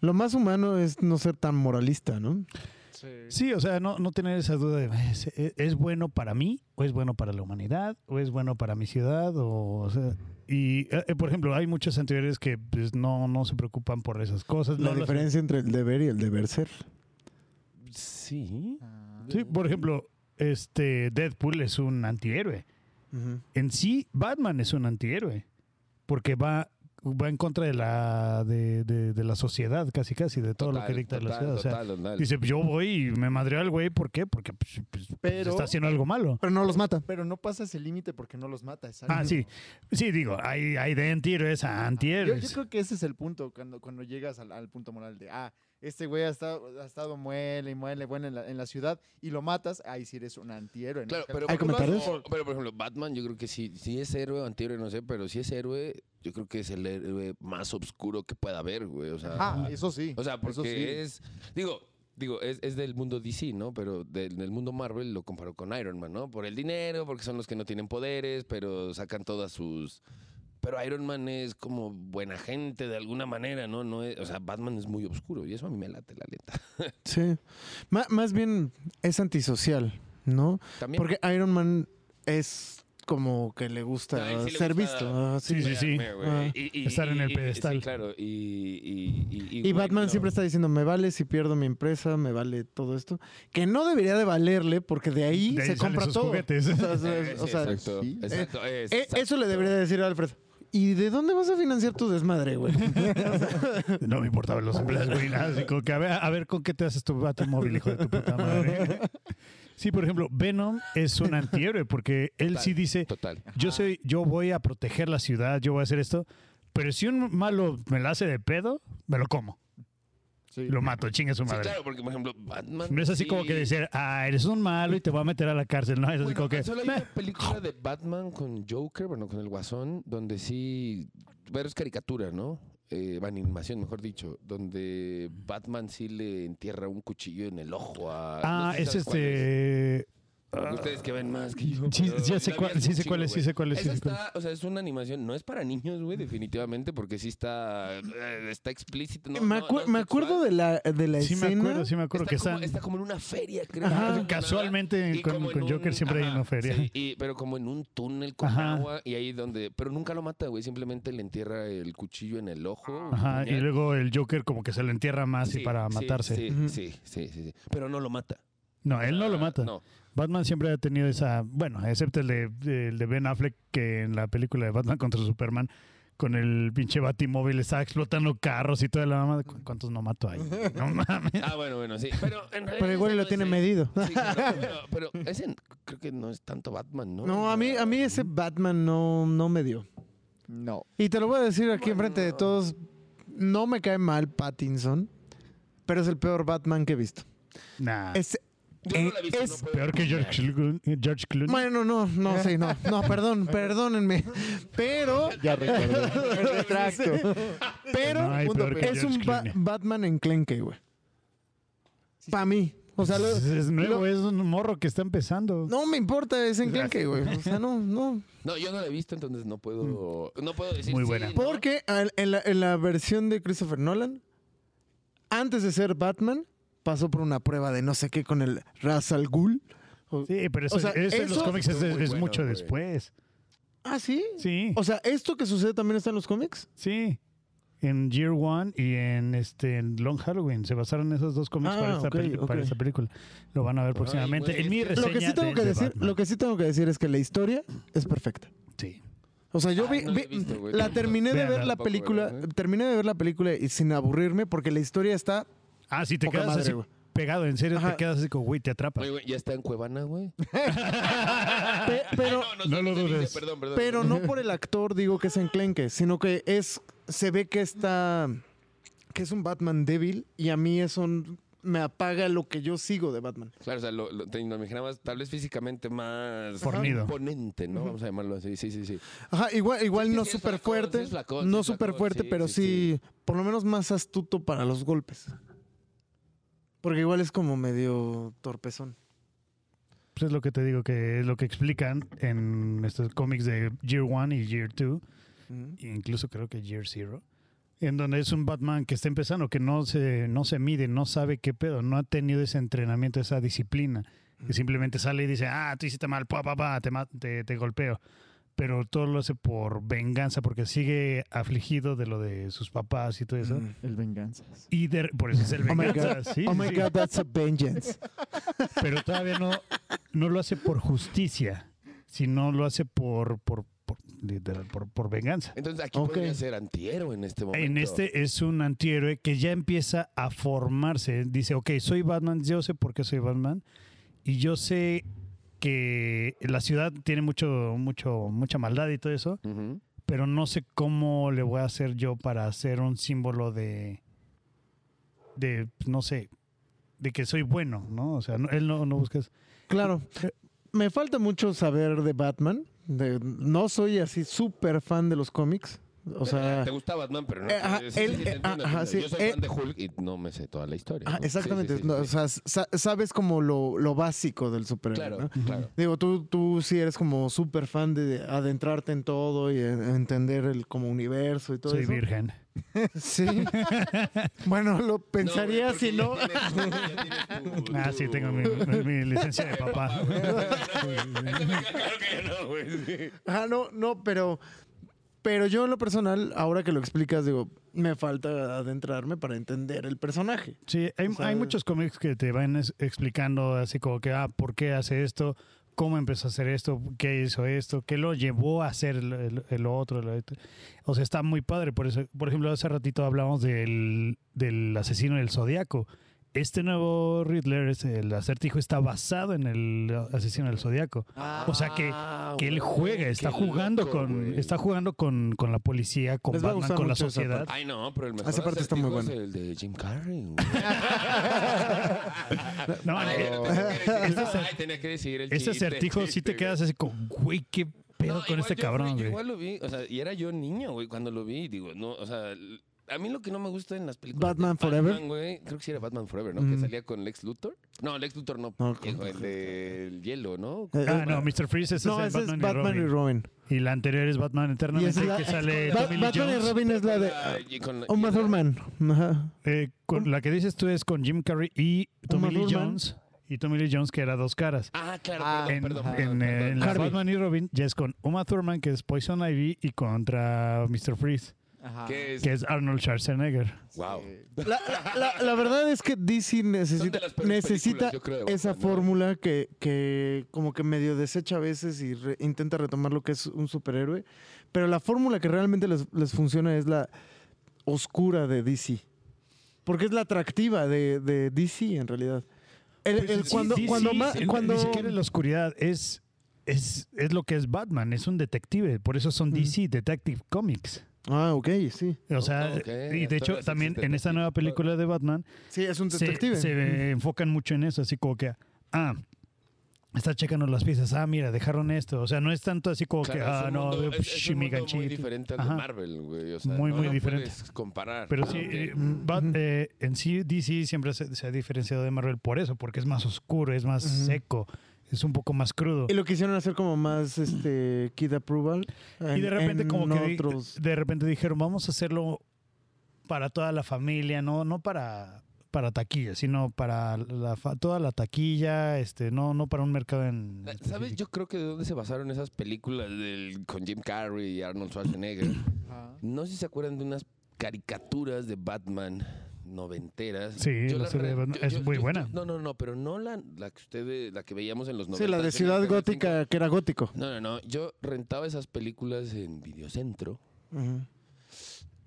C: Lo más humano es no ser tan moralista, ¿no?
B: Sí, o sea, no, no tener esa duda de ¿es, es- es bueno para mí o es bueno para la humanidad o es bueno para mi ciudad o, o sea, y eh, eh, por ejemplo hay muchos anteriores que pues, no, no se preocupan por esas cosas.
C: La
B: no las-
C: diferencia entre el deber y el deber ser.
D: Sí.
A: ah,
B: sí, por ejemplo, este Deadpool es un antihéroe. En sí, Batman es un antihéroe porque va va en contra de la de, de- de la sociedad casi casi de todo lo que
D: Total,
B: dicta la
D: total,
B: sociedad. O sea,
D: total, total.
B: dice yo voy y me madreo al güey, ¿por qué? Porque pues, pues,
A: Pero-
B: está haciendo algo malo.
C: Pero no los mata.
A: Pero no pasas el límite porque no los mata. es
B: Ah,
A: algo.
B: sí. Sí, digo, hay, hay de antihéroes a
A: Yo, yo
B: antihéroes.
A: creo que ese es el punto cuando, cuando llegas al, al punto moral de, ah, este güey ha estado, ha estado muele y muele, bueno, en la, en la ciudad y lo matas, ahí sí eres un antihéroe. ¿no?
D: Claro, pero,
C: ¿Hay
D: por ejemplo,
C: comentarios?
D: pero, por ejemplo, Batman, yo creo que si, si es héroe o antihéroe, no sé, pero si es héroe, yo creo que es el héroe más oscuro que pueda haber, güey. O sea,
A: Ah, eso sí.
D: o sea
A: eso
D: porque
A: sí.
D: es. Digo, digo es, es del mundo DC, ¿no? Pero del, del mundo Marvel lo comparó con Iron Man, ¿no? Por el dinero, porque son los que no tienen poderes, pero sacan todas sus. Pero Iron Man es como buena gente de alguna manera, ¿no? no es- o sea, Batman es muy oscuro y eso a mí me late la letra.
C: Sí. Ma- más bien es antisocial, ¿no?
D: También.
C: Porque Iron Man es como que le gusta
D: A él sí le
C: ser
D: gusta-
C: visto. ah, sí.
B: Sí, sí, sí.
D: Verme, güey.
C: Ah.
D: Y- y-
B: Estar en
D: y-
B: el
D: y- sí,
B: pedestal.
D: claro, y. Y, y- y,
C: Y
D: güey,
C: Batman
D: no.
C: siempre está diciendo, me vale si pierdo mi empresa, me vale todo esto. Que no debería de valerle porque de ahí
B: De ahí salen
C: se compra
B: sus
C: todo.
B: juguetes.
C: O sea, o sea,
D: Eh, sí,
C: o sea,
D: exacto,
A: sí.
D: exacto,
C: eh,
D: exacto.
C: eso le debería decir a Alfred. ¿Y de dónde vas a financiar tu desmadre, güey?
B: No me importaban los empleados, güey. nada, así como que a ver, a ver con qué te haces tu Batimóvil, hijo de tu puta madre. Sí, por ejemplo, Venom es un antihéroe porque él sí dice,
D: Total.
B: yo soy, yo voy a proteger la ciudad, yo voy a hacer esto, pero si un malo me la hace de pedo, me lo como,
A: Sí.
B: lo mato, chingue su
D: Sí,
B: madre.
D: claro, porque por ejemplo, Batman.
B: No es así
D: sí.
B: como que decir, ah, eres un malo y te voy a meter a la cárcel, no, es así
D: Bueno,
B: como que... "Ah".
D: Solo hay
B: "Meh".
D: una película de Batman con Joker, bueno, con el Guasón, donde sí. Pero es caricatura, ¿no? Eh, animación, mejor dicho, donde Batman sí le entierra un cuchillo en el ojo a.
B: Ah,
D: no sé si
B: es
D: sabes cuál
B: este... ah,
D: Ustedes que ven más que yo.
B: Sí,
D: pero
B: ya sé
D: la vi
B: cuál-
D: hace
B: sí
D: un
B: sé cuál
D: chingo,
B: es, sí
D: güey.
B: sé cuál es, sí
D: Esa
B: sé cuál
D: está, o sea, es una animación, no es para niños, güey, definitivamente, porque sí está, eh, está explícita. No,
C: me,
D: no,
C: acu-
D: no
C: me
D: sexual.
C: acuerdo de la, de la
B: Sí me
C: escena.
B: acuerdo, sí me acuerdo
D: Está,
B: que
D: como,
B: están...
D: está como en una feria, creo.
C: Ajá.
D: Algo
B: Casualmente
D: nada, y
B: con-
D: como en
B: con Joker siempre hay una feria.
D: sí, y- pero como en un túnel con
B: Ajá.
D: agua y ahí donde... Pero nunca lo mata, güey, simplemente le entierra el cuchillo en el ojo.
B: Ajá, y
D: puñal.
B: luego el Joker como que se lo entierra más y
D: Sí,
B: para
D: sí,
B: matarse.
D: Sí,
C: Ujú.
D: sí, sí, sí, sí. Pero no lo mata.
B: No, él no lo
D: Ah,
B: mata.
D: No.
B: Batman siempre ha tenido esa, bueno, excepto el de, el de Ben Affleck, que en la película de Batman contra Superman, con el pinche batimóvil, estaba explotando carros y toda la mamá. ¿Cuántos no mato ahí? No mames.
D: Ah, bueno, bueno, sí. Pero, en realidad
C: Pero igual
D: ese
C: lo
D: no
C: tiene
D: es el-
C: medido.
D: Sí, claro, pero, pero ese creo que no es tanto Batman, ¿no?
C: No, a mí, a mí ese Batman no, no me dio.
A: No.
C: Y te lo voy a decir aquí enfrente de todos. No me cae mal Pattinson, pero es el peor Batman que he visto.
B: Nah. Es
C: Es,
D: Yo no la he visto,
C: es
D: no puedo
B: peor que
D: opinar.
B: George Clooney. George Clooney.
C: bueno, no, no, sí, no. No, perdón, perdónenme. Pero,
A: Ya recordé. Retracto.
C: pero
B: No hay
A: punto
B: peor que
C: es
B: George
C: un ba-
B: Clooney.
C: Batman enclenque, güey. Para mí. O sea, lo-
B: es, es nuevo,
C: lo-
B: es un morro que está empezando.
C: no me importa, es enclenque, güey. O sea, no, no.
D: No, yo no la he visto, entonces no puedo, no puedo decir
B: Mm. Muy
D: sí,
B: buena.
D: ¿no?
C: Porque al- en la, en la versión de Christopher Nolan, antes de ser Batman, pasó por una prueba de no sé qué con el Ra's al Ghul.
B: Sí, pero eso,
C: O sea,
B: eso en los
C: eso-
B: cómics es,
D: Estuvo muy
B: es
D: bueno,
B: mucho
D: güey.
B: después.
C: Ah, sí.
B: Sí,
C: O sea, ¿esto que sucede también está en los cómics?
B: sí. En Year One y en este en Long Halloween se basaron esos dos cómics
C: Ah,
B: para, esta
C: ok,
B: peli- para
C: ok.
B: esta película. Lo van a ver próximamente.
D: güey,
B: en mi
D: es que-
B: reseña
C: Lo que sí tengo
B: de-
C: que
B: de
C: decir,
B: Batman.
C: lo que sí tengo que decir es que la historia es perfecta.
B: Sí.
C: O sea, yo
D: Ah,
C: vi,
D: no la he
C: vi-
D: visto, güey,
C: la
D: tampoco.
C: terminé de
B: Véanla,
C: ver la
D: tampoco,
C: película,
D: ¿verdad?
C: terminé de ver la película y sin aburrirme porque la historia está
B: Ah, sí, te
C: Poca
B: quedas
C: madre,
B: así
C: güey.
B: pegado, en serio,
C: Ajá.
B: te quedas así como, güey, te atrapa.
D: Oye, güey, ya está en Cuevana, güey. Ah,
C: pe- pero
D: Ay,
B: no lo
D: te dije,
B: dudes.
D: Perdón, perdón.
C: pero no por el actor digo que es enclenque, sino que es se ve que está que es un Batman débil y a mí eso n- me apaga lo que yo sigo de Batman.
D: Claro, o sea, lo, lo- te lo imaginabas tal vez físicamente más
B: Fornido.
D: imponente, ¿no? Vamos a llamarlo así. Sí, sí, sí.
C: Ajá, igual igual
D: Sí,
C: no
D: sí es
C: súper
D: flacón, sí es
C: fuerte,
D: flacón, sí
C: no
D: es
C: súper
D: flacón,
C: fuerte,
D: sí,
C: pero
D: sí,
C: sí,
D: sí.
C: por lo menos más astuto para los golpes. Porque igual es como medio torpezón.
B: Pues es lo que te digo, que es lo que explican en estos cómics de Year One y Year Two,
C: Ujú.
B: incluso creo que Year Zero, en donde es un Batman que está empezando, que no se, no se mide, no sabe qué pedo, no ha tenido ese entrenamiento, esa disciplina, que simplemente sale y dice, ah, tú hiciste mal, pa, pa, pa, te, ma- te, te golpeo. Pero todo lo hace por venganza, porque sigue afligido de lo de sus papás y todo eso.
C: Mm.
A: El venganzas.
B: Y de- por eso es el
C: Oh my God.
B: venganza. sí,
C: Oh my
B: sí.
C: god, that's a vengeance.
B: pero todavía no, no lo hace por justicia, sino lo hace por, por, por, literal, por, por venganza.
D: Entonces aquí
C: Ok.
D: podría ser antihéroe en este momento.
B: En este es un antihéroe que ya empieza a formarse. Dice, ok, soy Batman, yo sé por qué soy Batman. Y yo sé que la ciudad tiene mucho, mucho, mucha maldad y todo eso,
D: Ujú.
B: pero no sé cómo le voy a hacer yo para hacer un símbolo de, de no sé, de que soy bueno, ¿no? O sea, no- él no, no busca eso.
C: Claro. Me falta mucho saber de Batman. de- no soy así súper fan de los cómics. O sea,
D: Te gusta Batman, pero no.
C: Eh, ajá,
D: sí, sí,
C: él,
D: sí, te
C: eh,
D: entiendo,
C: ajá,
D: entiendo. Yo
C: sí,
D: soy
C: eh,
D: fan de Hulk y no me sé toda la historia.
C: ah,
D: ¿no?
C: exactamente.
D: Sí, sí, sí,
C: no,
D: sí.
C: O sea, sa- sabes como lo, lo básico del superhéroe.
D: claro,
C: ¿no?
D: claro.
C: Digo, tú, tú sí eres como súper fan de adentrarte en todo y eh, entender el como universo y todo
B: Soy
C: eso.
B: virgen.
C: Sí. bueno, lo pensaría
D: güey,
C: si no.
D: porque ya tienes- ya tienes tu-
B: Ah,
D: tu-
B: sí, tengo mi, mi- mi licencia de
C: Ah,
B: papá.
D: güey. Eso me queda claro que yo no, güey. Sí.
C: Ah, no, no, pero. Pero yo en lo personal, ahora que lo explicas, digo, me falta adentrarme para entender el personaje.
B: Sí, hay,
C: O sea,
B: hay muchos cómics que te van es- explicando así como que, ah, ¿por qué hace esto? ¿Cómo empezó a hacer esto? ¿Qué hizo esto? ¿Qué lo llevó a hacer el, el- el otro? el otro? O sea, está muy padre. Por, eso, por ejemplo, hace ratito hablamos del, del asesino del Zodíaco. Este nuevo Riddler, este, el acertijo, está basado en el asesino del Zodíaco. O sea que,
D: Ah,
B: que él
D: güey,
B: juega, está
D: qué
B: jugando
D: loco,
B: con,
D: güey.
B: está jugando con, con la policía, con
C: Les va a
B: Batman,
C: gustar
B: con la
C: mucho esa
B: sociedad.
C: parte.
D: Ay, no, pero el mejor
C: Esa parte está muy
D: acertijo
C: buena.
D: es el de Jim Carrey. güey.
B: No,
D: Ay,
B: eh,
D: lo tenía que decir.
B: este acer-
D: Ay, tenía que decir el
B: Ese
D: chiste,
B: acertijo sí te
D: chiste,
B: quedas así con, güey, qué pedo
D: No,
B: con
D: igual
B: este
D: yo
B: cabrón,
D: fui-
B: güey.
D: Igual lo vi, o sea, y era yo niño, güey, cuando lo vi, digo, no, o sea, l- a mí lo que no me gusta en las películas de
C: Batman Forever.
D: Batman, güey, creo que sí era Batman Forever, ¿no? Que
B: Mm.
D: salía con Lex Luthor. No, Lex Luthor no,
C: No,
D: viejo,
C: con-
D: el del hielo, ¿no?
C: Eh,
B: Ah, no, Mr. Freeze, ese
C: no,
B: es, el
C: ese
B: Batman,
C: es Batman
B: y
C: y
B: Robin.
C: Robin.
B: Y, la anterior es Batman
C: Y esa
B: Eternamente,
C: es la-
B: que sale
C: Ba-
B: Tommy Lee
C: Batman y
B: Jones.
C: Robin es la de
D: Ah, y con la- y
C: Uma
D: era-
C: Thurman. Ajá.
B: Eh, con, la que dices tú es con Jim Carrey y Tommy
C: Uma
B: Lee
C: Thurman.
B: Jones. Y Tommy Lee Jones, que era dos caras.
D: Ah, claro,
A: Ah,
D: perdón,
B: en
D: perdón,
B: en,
D: perdón,
B: eh,
D: perdón.
B: en la
C: Harvey.
B: Batman y Robin ya es con Uma Thurman, que es Poison Ivy, y contra Mr. Freeze.
A: Ajá.
D: que es,
B: que es Arnold Schwarzenegger.
D: wow.
A: Eh,
C: La, la- la verdad es que DC
D: Son de
C: necesita,
D: las peores
C: necesita
D: películas, yo creo, ¿eh? de
C: esa
D: Batman, ¿no?
C: fórmula que, que como que medio desecha a veces y re- intenta retomar lo que es un superhéroe. Pero la fórmula que realmente les, les funciona es la oscura de DC. Porque es la atractiva de, de DC en realidad. El- el
B: Pues Sí,
C: cuando
B: sí,
C: cuando
B: sí,
C: más-
B: sí,
C: cuando-
B: Ni siquiera la oscuridad es, es, es lo que es Batman, es un detective. Por eso
D: Mm.
B: son
C: Ujú.
B: DC, Detective Comics.
C: Ah, ok, sí.
B: O sea,
D: ok,
B: y de hecho,
D: entonces
B: también
D: es
B: en esta nueva
D: detective. Mm.
B: película de Batman
C: Sí, es un
B: se,
C: detective.
B: se enfocan mucho en eso, así como que, ah, está checando las piezas, ah, mira, dejaron esto. O sea, no es tanto así como que,
D: Claro, es
B: ah,
D: un
B: no,
D: mundo- es- es
B: psh, mi
D: un mundo muy
B: ganchito".
D: diferente al de
B: Ajá.
D: Marvel, güey. O sea,
B: Muy,
D: no
B: muy
D: lo
B: diferente.
D: puedes comparar.
B: Pero sí,
D: Ah, Ok.
B: eh, Bat- eh, en sí DC siempre se, se ha diferenciado de Marvel por eso, porque es más oscuro, es más
C: Ujú.
B: seco, es un poco más crudo.
C: Y lo quisieron hacer como más este kid approval.
B: Y de
C: en-
B: repente
C: en
B: como que di-
C: otros-
B: de repente dijeron, vamos a hacerlo para toda la familia, no no para para taquilla, sino para la fa- toda la taquilla, este no no para un mercado en
C: Eh,
D: eh, ¿Sabes? Yo creo que de dónde se basaron esas películas del, con Jim Carrey y Arnold Schwarzenegger.
A: ajá.
D: No sé si se acuerdan de unas caricaturas de Batman noventeras.
B: Sí, la
D: las
B: serie de
D: re-
B: Batman es muy
D: estoy-
B: buena.
D: No, no, no, pero no la, la que ustedes, la que veíamos en los
C: Sí,
D: noventas.
C: la de
D: en
C: Ciudad
D: el canal
C: Gótica, que era gótico.
D: cinco. No, no, no. Yo rentaba esas películas en Videocentro.
C: Ujú.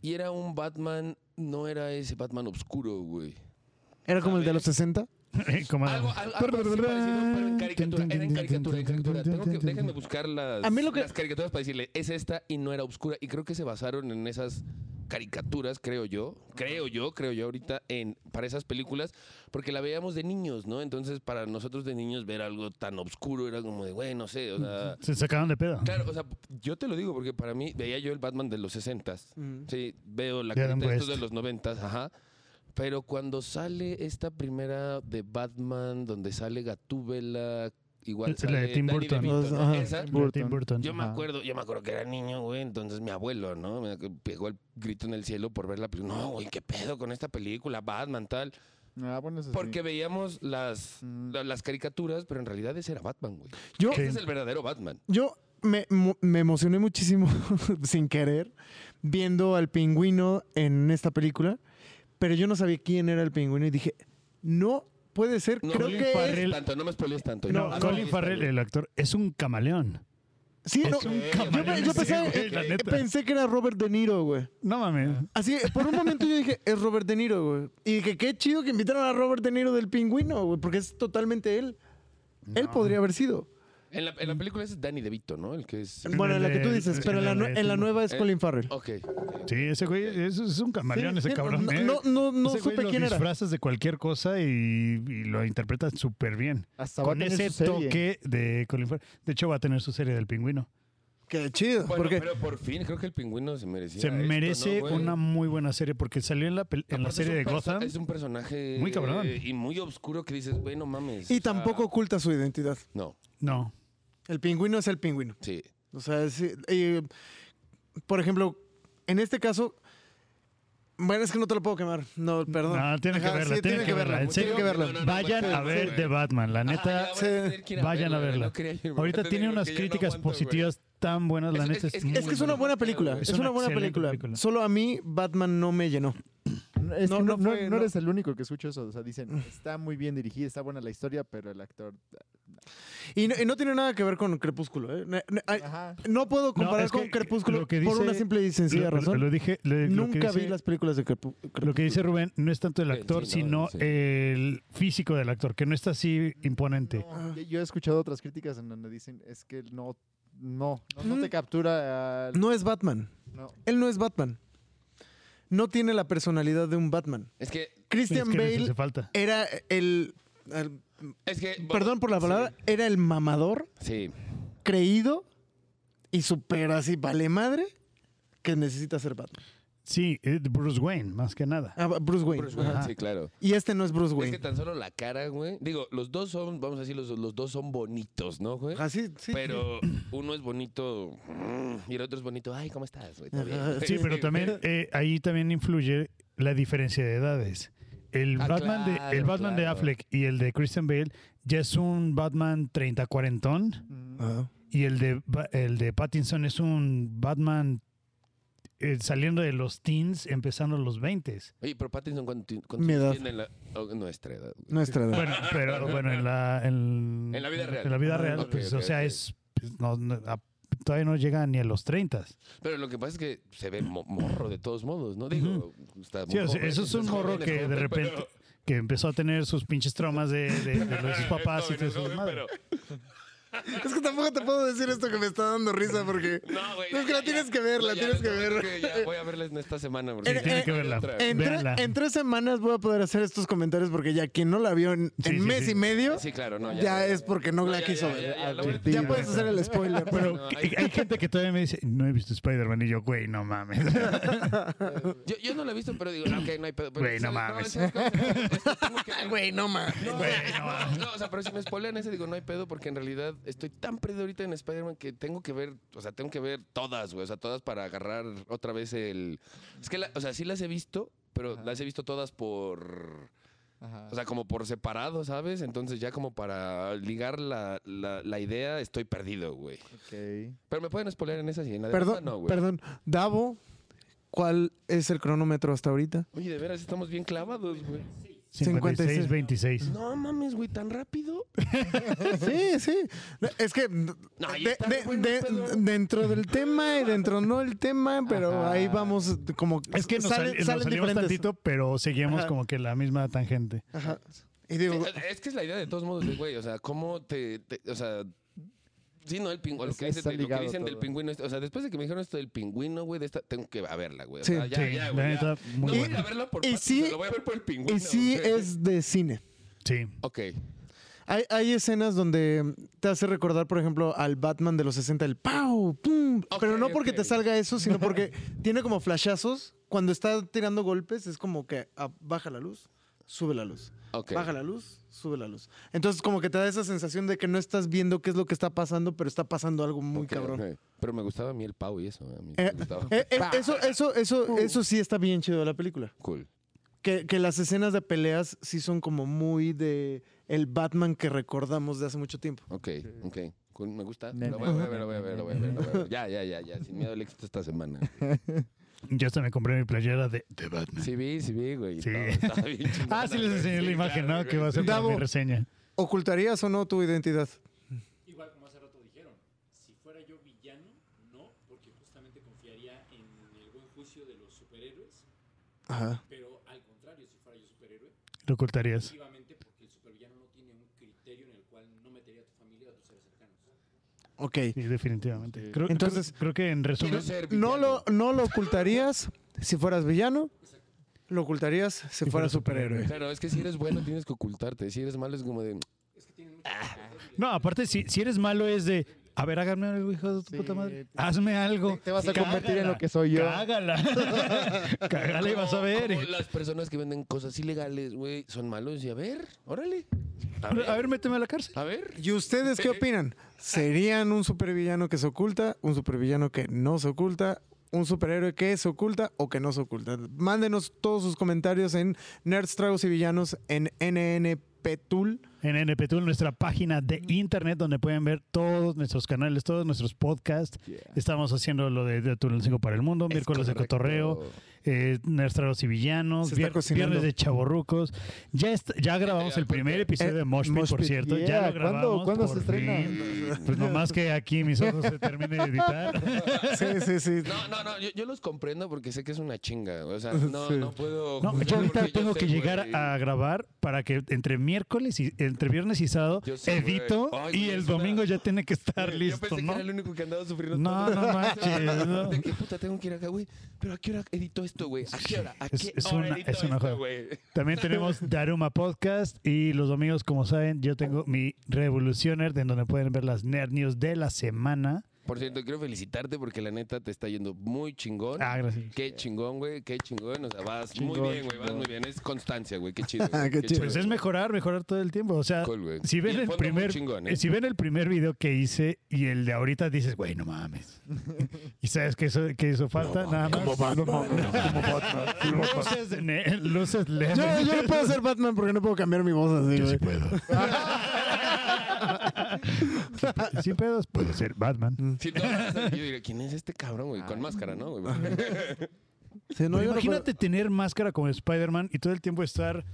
D: Y era un Batman, no era ese Batman oscuro, güey.
C: Era como el de
D: ¿Sabes?
C: los 60.
B: Como-
D: Algo, algo, algo así parecido, pero en caricatura. Era en caricatura, en caricatura. Tengo que, déjenme buscar las,
C: A mí lo que-
D: las caricaturas para decirle, es esta y no era oscura. Y creo que se basaron en esas caricaturas, creo yo, creo yo, creo yo ahorita, en para esas películas, porque la veíamos de niños, ¿no? Entonces, para nosotros de niños ver algo tan oscuro era como de, güey, no sé, o sea...
B: se sacaron de pedo.
D: Claro, o sea, yo te lo digo porque para mí veía yo el Batman de los 60s. Sí, veo la
B: De Adam
D: carita de estos
B: West.
D: de los noventas, ajá. Pero cuando sale esta primera de Batman, donde sale Gatúbela, igual
B: La- la de
D: sale
B: Tim
D: Danny
B: Burton.
D: DeVito,
C: Los-
D: ¿no?
C: ajá.
D: Esa,
B: De
A: Burton.
B: Tim Burton.
D: yo me
A: Ajá.
D: acuerdo, yo me acuerdo que era niño, güey, entonces mi abuelo, ¿no? Me pegó el grito en el cielo por ver la película. No, güey, qué pedo con esta película, Batman, tal.
A: Ah, bueno, eso sí.
D: Porque veíamos las,
A: Mm.
D: la- las caricaturas, pero en realidad ese era Batman, güey.
C: Yo,
D: Ese es el verdadero Batman.
C: yo me, mo- me emocioné muchísimo, sin querer, viendo al pingüino en esta película, pero yo no sabía quién era el pingüino y dije, no puede ser,
D: No,
C: creo
D: Colin
C: que...
B: Farrell.
C: es-
D: Es tanto, no me spoilees tanto.
B: No,
D: Ah,
B: Colin
D: está
B: Farrell,
D: bien.
B: el actor, es un camaleón.
C: sí, no,
B: es un
D: yo-
C: yo,
B: camaleón.
C: pe- yo
B: ese
C: pensé,
B: güey, la
C: eh, Ah.
B: neta.
C: pensé que era Robert De Niro, güey.
B: No mames.
C: Así, por un momento yo dije, es Robert De Niro, güey. Y dije, qué chido que invitaron a Robert De Niro del pingüino, güey, porque es totalmente él. Él podría haber sido.
D: En la, en la película es Danny DeVito, ¿no? El que es...
C: Bueno, en la que tú
B: el-
C: dices,
B: en
C: pero en la,
B: el-
C: nue- en la nueva es
D: Eh,
C: Colin Farrell.
D: Ok.
B: Sí, ese güey es, es un camaleón,
C: Sí,
B: ese
C: sí,
B: cabrón.
C: no-
B: ¿eh?
C: No, no, no
B: Ese güey
C: supe
B: lo
C: quién era.
B: disfrazas de cualquier cosa y, y lo interpretas súper bien.
A: Hasta va a
B: Con
A: tener
B: ese
A: su serie.
B: toque de Colin Farrell. De hecho, va a tener su serie del pingüino.
C: Qué chido.
D: Bueno,
C: porque
D: pero por fin creo que el pingüino se merecía.
B: Se
D: esto, ¿no,
B: merece
D: güey?
B: una muy buena serie porque salió en la, pel- en la
D: Aparte, es
B: serie
D: un
B: de
D: perso-
B: Gotham.
D: Es un personaje.
B: Muy cabrón.
D: eh, Y muy oscuro que dices, güey, no mames.
C: y
D: o sea,
B: ah,
C: tampoco oculta su identidad.
D: No,
B: No.
C: El pingüino es el pingüino.
D: sí.
C: O sea, sí, y, por ejemplo, en este caso, bueno, es que no te lo puedo quemar. No, perdón.
B: No, tienen que
C: Ajá,
B: verla,
C: sí,
B: tienen que verla. En
C: tienen
B: serio.
C: que verla.
D: No, no, no,
B: Vayan
D: güey,
B: a ver
D: güey.
B: The Batman. La
D: Ajá,
B: neta,
D: ya voy a tener que ir
B: vayan a
D: güey,
B: verla.
D: no quería irme,
B: ahorita
D: te
B: tiene
D: digo
B: unas
D: que ya no
B: críticas
D: aguanto, güey.
B: positivas tan buenas. La
D: Es-
B: neta es,
D: es- es-
B: muy
C: Es que es una buena película.
D: güey.
C: Es,
B: Es
C: una,
B: una
C: buena
B: excelente
C: película.
B: película.
C: Solo a mí Batman no me llenó.
A: No, es que
C: No,
A: no,
C: no
A: no-
C: fue-
A: no
C: no.
A: eres el único que escucha eso. O sea, dicen, está muy bien dirigida, está buena la historia, pero el actor.
C: Y no, y no tiene nada que ver con Crepúsculo. ¿eh? Ne- ne- ay,
A: Ajá.
C: No puedo comparar
B: es
C: con
B: que
C: Crepúsculo
B: lo que
C: por
B: dice-
C: una simple y sencilla
B: Lo-
C: razón.
B: Lo, dije, lo- lo que
C: Nunca vi
B: dice-
C: las películas de Crepú- Crepúsculo.
B: Lo que dice Rubén no es tanto el
D: Sí,
B: actor,
D: sí,
B: sino
D: no, sí.
B: el físico del actor, que no está así imponente.
A: No, yo- yo he escuchado otras críticas en donde dicen, es que no, no, no, no te captura. al-
C: Mm. No es Batman.
A: no.
C: Él no es Batman. No tiene la personalidad de un Batman.
D: Es que.
B: Es
C: Christian
B: que les hace
C: Bale
B: falta.
C: era el, el-
D: Es que
C: Perdón por la palabra. Era el mamador,
D: Sí. sí.
C: creído y super así, vale madre, que necesita ser Batman.
B: Sí, eh, Bruce Wayne, más que nada.
C: Ah, Bruce Wayne.
D: Bruce Wayne,
C: Ajá.
D: sí, claro.
C: Y este no es Bruce
D: Es
C: Wayne.
D: que tan solo la cara, güey. Digo, los dos son, vamos a decir, los, los dos son bonitos, ¿no, güey?
C: Ajá, Ah, sí, sí.
D: Pero uno es bonito mm, y el otro es bonito. Ay, ¿cómo estás, güey? ¿Todo bien?"
C: Ajá,
B: Sí, pero también eh, ahí también influye la diferencia de edades. El
D: Ah,
B: Batman, de, el
D: claro,
B: Batman de
D: claro.
B: Affleck y el de Christian Bale ya es un Batman 30 40
A: Mm.
B: Ah.
C: Ajá.
B: y el de, Ba- el de Pattinson es un Batman eh, saliendo de los teens, empezando los 20.
D: Oye, pero Pattinson, ¿cuánto ti- cuántos
C: Mi edad.
D: tiene en la oh, nuestra edad? güey?
C: Nuestra edad.
B: Bueno, pero bueno, en la, en,
D: En la vida real.
B: En la vida
D: Ah,
B: real,
D: ok,
B: pues,
D: ok,
B: o sea,
D: ok.
B: es. pues, no- no- a- todavía no llega ni a los 30.
D: Pero lo que pasa es que se ve mo- morro de todos modos, ¿no? Digo, está
B: Sí,
D: muy
B: o sea,
D: joven,
B: eso es un
D: entonces,
B: morro
D: joven,
B: que de
D: joven,
B: repente.
D: pero-
B: Que empezó a tener sus pinches traumas de, de- de los- sus papás y
D: joven,
B: todo eso.
D: joven,
B: madre.
D: pero-
C: Es que tampoco te puedo decir esto que me está dando risa porque.
D: No, güey.
C: Es que la tienes que ver,
D: No,
C: la
D: ya, no,
C: tienes que
D: no,
C: ver.
D: creo que ya voy a verla en esta semana. porque
C: Eh,
D: ya
C: eh,
D: no
B: que
D: hay
B: verla.
D: otra.
B: Eh,
C: En, tre-
B: Véanla.
C: en tres semanas voy a poder hacer estos comentarios porque ya quien no la vio en,
B: Sí,
C: en
B: sí,
C: mes
B: sí.
C: y medio,
D: Sí, claro, no.
C: eh, ya,
D: Ya, ya,
C: es porque no
D: No,
C: la
D: ya,
C: quiso
D: ya,
C: ver.
D: ya, ya, la
C: Advertido.
D: voy-
C: Ya puedes hacer el spoiler.
B: Pero
D: No,
B: hay, hay gente que todavía me dice, no he visto Spider-Man y yo, güey, no mames.
D: Yo, yo no la he visto, pero digo, no, ok, no hay pedo. pero
B: Güey, no
D: sale-
B: mames.
D: esas cosas, es que tengo que-
C: Güey, no mames.
D: No,
B: Güey, no
D: no, no, o sea, pero si me spoilean ese, digo, no hay pedo, porque en realidad estoy tan perdido ahorita en Spider-Man que tengo que ver, o sea, tengo que ver todas, güey, o sea, todas para agarrar otra vez el... Es que, la- o sea, sí las he visto, pero
A: Ajá.
D: las he visto todas por...
A: Ajá.
D: O sea, como por separado, ¿sabes? Entonces ya como para ligar la, la, la idea, estoy perdido, güey.
A: Ok.
D: Pero me pueden spoilear en esas y en la de Batman
C: Perdón,
D: no, güey.
C: perdón. Davo, ¿cuál es el cronómetro hasta ahorita?
D: Oye, de veras, estamos bien clavados, güey.
B: 56, 26.
D: No mames, güey, ¿tan rápido?
C: Sí, sí. No, Es que de-
D: ahí
C: de-
D: está,
C: de-
D: güey, no
C: de-
D: pedo.
C: dentro del tema y dentro no el tema, pero
A: Ajá.
C: ahí vamos como
B: Es que nos, sal- nos salimos tantito, pero seguimos
C: Ajá.
B: como que la misma tangente.
C: Ajá. Y digo,
D: Sí, es que es la idea de todos modos, de, güey. O sea, cómo te. te- o sea. Sí, no, el pingüino. Lo
A: Es-
D: que, dice-
A: está
D: lo que
A: ligado
D: dicen del
A: todo.
D: pingüino. este, O sea, después de que me dijeron esto del pingüino, güey, de esta, tengo que a verla, güey. O
C: Sí,
D: sea, ya,
B: sí,
D: ya,
B: la
D: güey, ya.
B: neta, muy
D: no voy a
B: buena.
D: verla por
C: Y
D: Pattinson,
C: sí-
D: lo voy a ver por el pingüino.
C: y sí
D: güey.
C: es de cine.
B: Sí.
D: Ok.
C: Hay, hay escenas donde te hace recordar, por ejemplo, al Batman de los 60, el ¡pau! ¡pum!
D: Ok,
C: pero no porque te
D: ok.
C: salga eso, sino porque tiene como flashazos. Cuando está tirando golpes, es como que ah, baja la luz, sube la luz.
D: Ok.
C: Baja la luz, sube la luz. Entonces, como que te da esa sensación de que no estás viendo qué es lo que está pasando, pero está pasando algo muy
D: ok,
C: cabrón.
D: ok. Pero me gustaba a mí el pavo y eso. A mí
C: Eh,
D: me gustaba.
C: Eh, eh, eso, eso, eso, eso sí está bien chido de la película.
D: cool.
C: Que, que las escenas de peleas sí son como muy de el Batman que recordamos de hace mucho tiempo.
D: Ok, ok. Cool, me gusta.
A: Nene.
D: Lo voy a ver, lo voy a ver, lo voy a ver, lo voy a ver. Ya, ya, ya, ya. Sin miedo al éxito esta semana.
B: Yo hasta me compré mi playera de, de Batman.
D: Sí, vi, sí, vi, güey.
B: Sí.
D: Estaba- estaba bien
B: Ah,
D: chingona,
B: sí les
D: güey.
B: enseñé la
D: Sí,
B: imagen,
D: claro,
B: ¿no?
D: güey.
B: Que va a ser para
C: Davo.
B: mi reseña.
C: ¿Ocultarías o no tu identidad?
E: Igual como hace rato dijeron, si fuera yo villano, no, porque justamente confiaría en el buen juicio de los superhéroes,
C: Ajá.
E: pero al contrario, si fuera yo superhéroe,
B: Lo ocultarías.
E: efectivamente porque el supervillano no tiene un criterio en el cual no metería a tu familia o a tus seres cercanos.
C: Ok.
B: Sí, definitivamente. Creo,
C: Entonces-
B: creo, creo que en resumen,
D: Quiero ser
C: No lo,
D: villano.
C: no lo ocultarías si fueras villano. Lo ocultarías si, fueras
B: fueras
C: superhéroe.
D: Claro, es que si eres bueno tienes que ocultarte. Si eres malo es como de.
B: No, aparte, si, si eres malo es de, a ver, hágame algo, hijo de tu
A: Sí.
B: puta madre. Hazme algo.
A: Te vas a
B: Cágala,
A: convertir en lo que soy yo.
B: Cágala. Cágala y vas a
D: Como-
B: ver.
D: como las personas que venden cosas ilegales, güey, son malos. Y a ver, órale. A ver.
B: A ver, méteme a la cárcel.
D: a ver.
C: ¿Y ustedes qué opinan? ¿Serían un supervillano que se oculta, un supervillano que no se oculta, un superhéroe que se oculta o que no se oculta? Mándenos todos sus comentarios en Nerds, Tragos y Villanos en NNPTool.
B: En NPTool, nuestra página de internet donde pueden ver todos nuestros canales, todos nuestros podcasts. Estamos haciendo lo de, de Túnel 5 para el Mundo, miércoles de
D: correcto.
B: cotorreo, eh, Nerstrados y Villanos,
C: Se está
B: vier-
C: cocinando.
B: viernes de Chaborrucos. Ya, est- ya grabamos el primer episodio
C: Eh,
B: de Mosh Pit,
C: Mosh
B: por
C: Pit,
B: cierto. Ya
A: yeah.
B: lo grabamos.
A: ¿Cuándo- cuándo
B: por
A: se estrena?
B: fin. Pues nomás que aquí mis ojos se terminen de editar.
C: Sí, sí, sí.
D: No, no, no, yo, yo los comprendo porque sé que es una chinga. O sea, no,
C: Sí.
D: no puedo.
B: No,
D: juzgar
B: yo ahorita
D: porque yo
B: tengo
D: sé,
B: que llegar
D: güey.
B: a grabar para que entre miércoles y entre viernes y sábado
D: Yo sé, güey.
B: edito
D: Ay,
B: y
D: güey,
B: el
D: es una-
B: domingo ya tiene que estar
D: Güey,
B: listo,
D: Yo pensé
B: ¿no?
D: que era el único que andaba sufriendo.
B: No,
D: todo.
B: no manches. no.
D: De que puta tengo que ir acá, güey. Pero ¿a qué hora edito esto, güey? ¿A qué hora? ¿A qué
B: Es- es
D: hora
B: una-
D: edito
B: es una
D: esto,
B: joya.
D: güey?
B: También tenemos Daruma Podcast y los domingos, como saben, yo tengo mi Revolutioner, en donde pueden ver las nerd news de la semana.
D: Por cierto, quiero felicitarte porque la neta te está yendo muy chingón.
B: Ah, gracias.
D: Qué chingón, güey, qué chingón. O sea, vas muy
A: Chingón,
D: bien, güey, vas
A: chingón.
D: muy bien. Es constancia, güey, qué chido.
C: Ah,
D: güey,
C: qué chido.
B: Pues es mejorar, mejorar todo el tiempo. O sea,
D: Cool, güey.
B: si
D: Y
B: ven
D: el
B: el
D: fondo
B: primer,
D: muy chingón, ¿eh?
B: si ven el primer video que hice y el de ahorita dices, güey, no mames. y sabes que eso, que hizo falta, nada más. Luces, de ne- luces LED.
C: Yo, yo no puedo ser Batman porque no puedo cambiar mi voz así,
B: Yo sí
C: güey.
B: puedo. Sin pedos, puede ser Batman.
D: Sí, no, o sea, yo diría, ¿quién es este cabrón, güey? Con máscara, ¿no? güey?
C: Sí,
B: Pero
C: no, yo no puedo-
B: imagínate tener máscara como Spider-Man y todo el tiempo estar.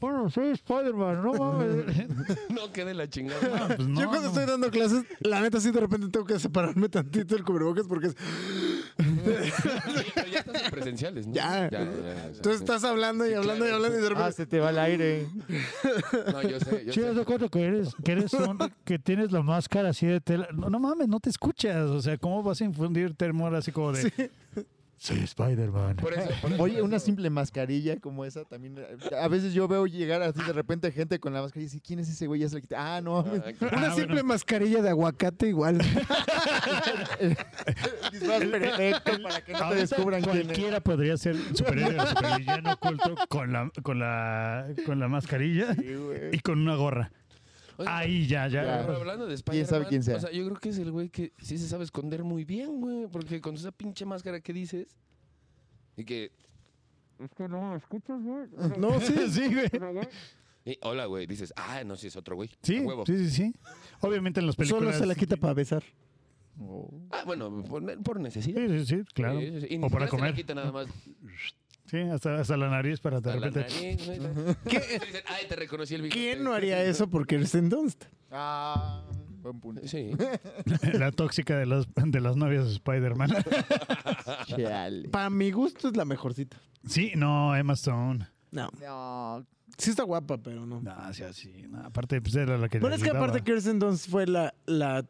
B: Bueno, soy Spider-Man, no mames.
D: No, quede la chingada.
B: Pues no,
C: Yo cuando
B: no.
C: estoy dando clases, la neta sí de repente tengo que separarme tantito el cubrebocas porque es-
D: Pero ya estás en presenciales, ¿no?
C: Ya.
D: ya, o sea,
C: tú estás hablando y hablando y hablando y de
A: Ah,
C: repente...
A: se te va el aire.
D: No, yo sé, yo
B: Che, haz
D: sé.
B: de cuenta que eres, que eres un- que tienes la máscara así de tela. No, no mames, no te escuchas. O sea, ¿cómo vas a infundir temor así como de. Soy Spider-Man.
D: Por eso, por eso-
A: Oye, una simple mascarilla como esa también. eh, A veces yo veo llegar así de repente gente con la mascarilla y dice, ¿quién es ese güey? Ya se la quita. Ah, no.
D: Ah, claro.
C: Una simple mascarilla de aguacate igual.
A: Disfraz perfecto para que no te
B: Ahorita
A: descubran quién es.
B: cualquiera podría ser superhéroe o supervillano oculto con la, con la, con la mascarilla
A: Sí, güey.
B: y con una gorra.
D: Oye,
B: Ahí ya, ya.
A: Ya.
D: Pero hablando de Spider-Man,
A: ¿Quién sabe quién sea?
D: o sea, yo creo que es el güey que sí se sabe esconder muy bien, güey, porque con esa pinche máscara que dices y que
B: No, sí, sí, güey.
D: eh, hola, güey, dices, "Ah, no, sí es otro güey."
B: Sí,
D: a huevo.
B: sí, sí, sí. Obviamente en las
C: Solo
B: películas.
C: se la quita para besar.
A: Oh.
D: Ah, bueno, por, por necesidad.
B: Sí, sí, sí, claro.
D: Sí, sí, sí. Y ni
B: O para
D: siquiera se la
B: comer.
D: quita nada más
B: Sí, hasta, hasta la nariz para de
D: a la
B: repente.
D: nariz, güey. Entonces dicen, "Ay, te reconocí el bigote."
C: ¿Quién no haría eso por Kirsten Dunst?
A: Ah, buen punto.
D: Sí.
B: La tóxica de las, de las novias de Spider-Man.
A: Chale.
C: Para mi gusto es la mejorcita.
B: Sí, no, Emma Stone.
C: No.
A: No,
C: Sí está guapa, pero no.
B: No, sí, así. no, aparte, pues era la que.
C: Bueno, es que
B: ayudaba.
C: aparte Kirsten Dunst fue la, la,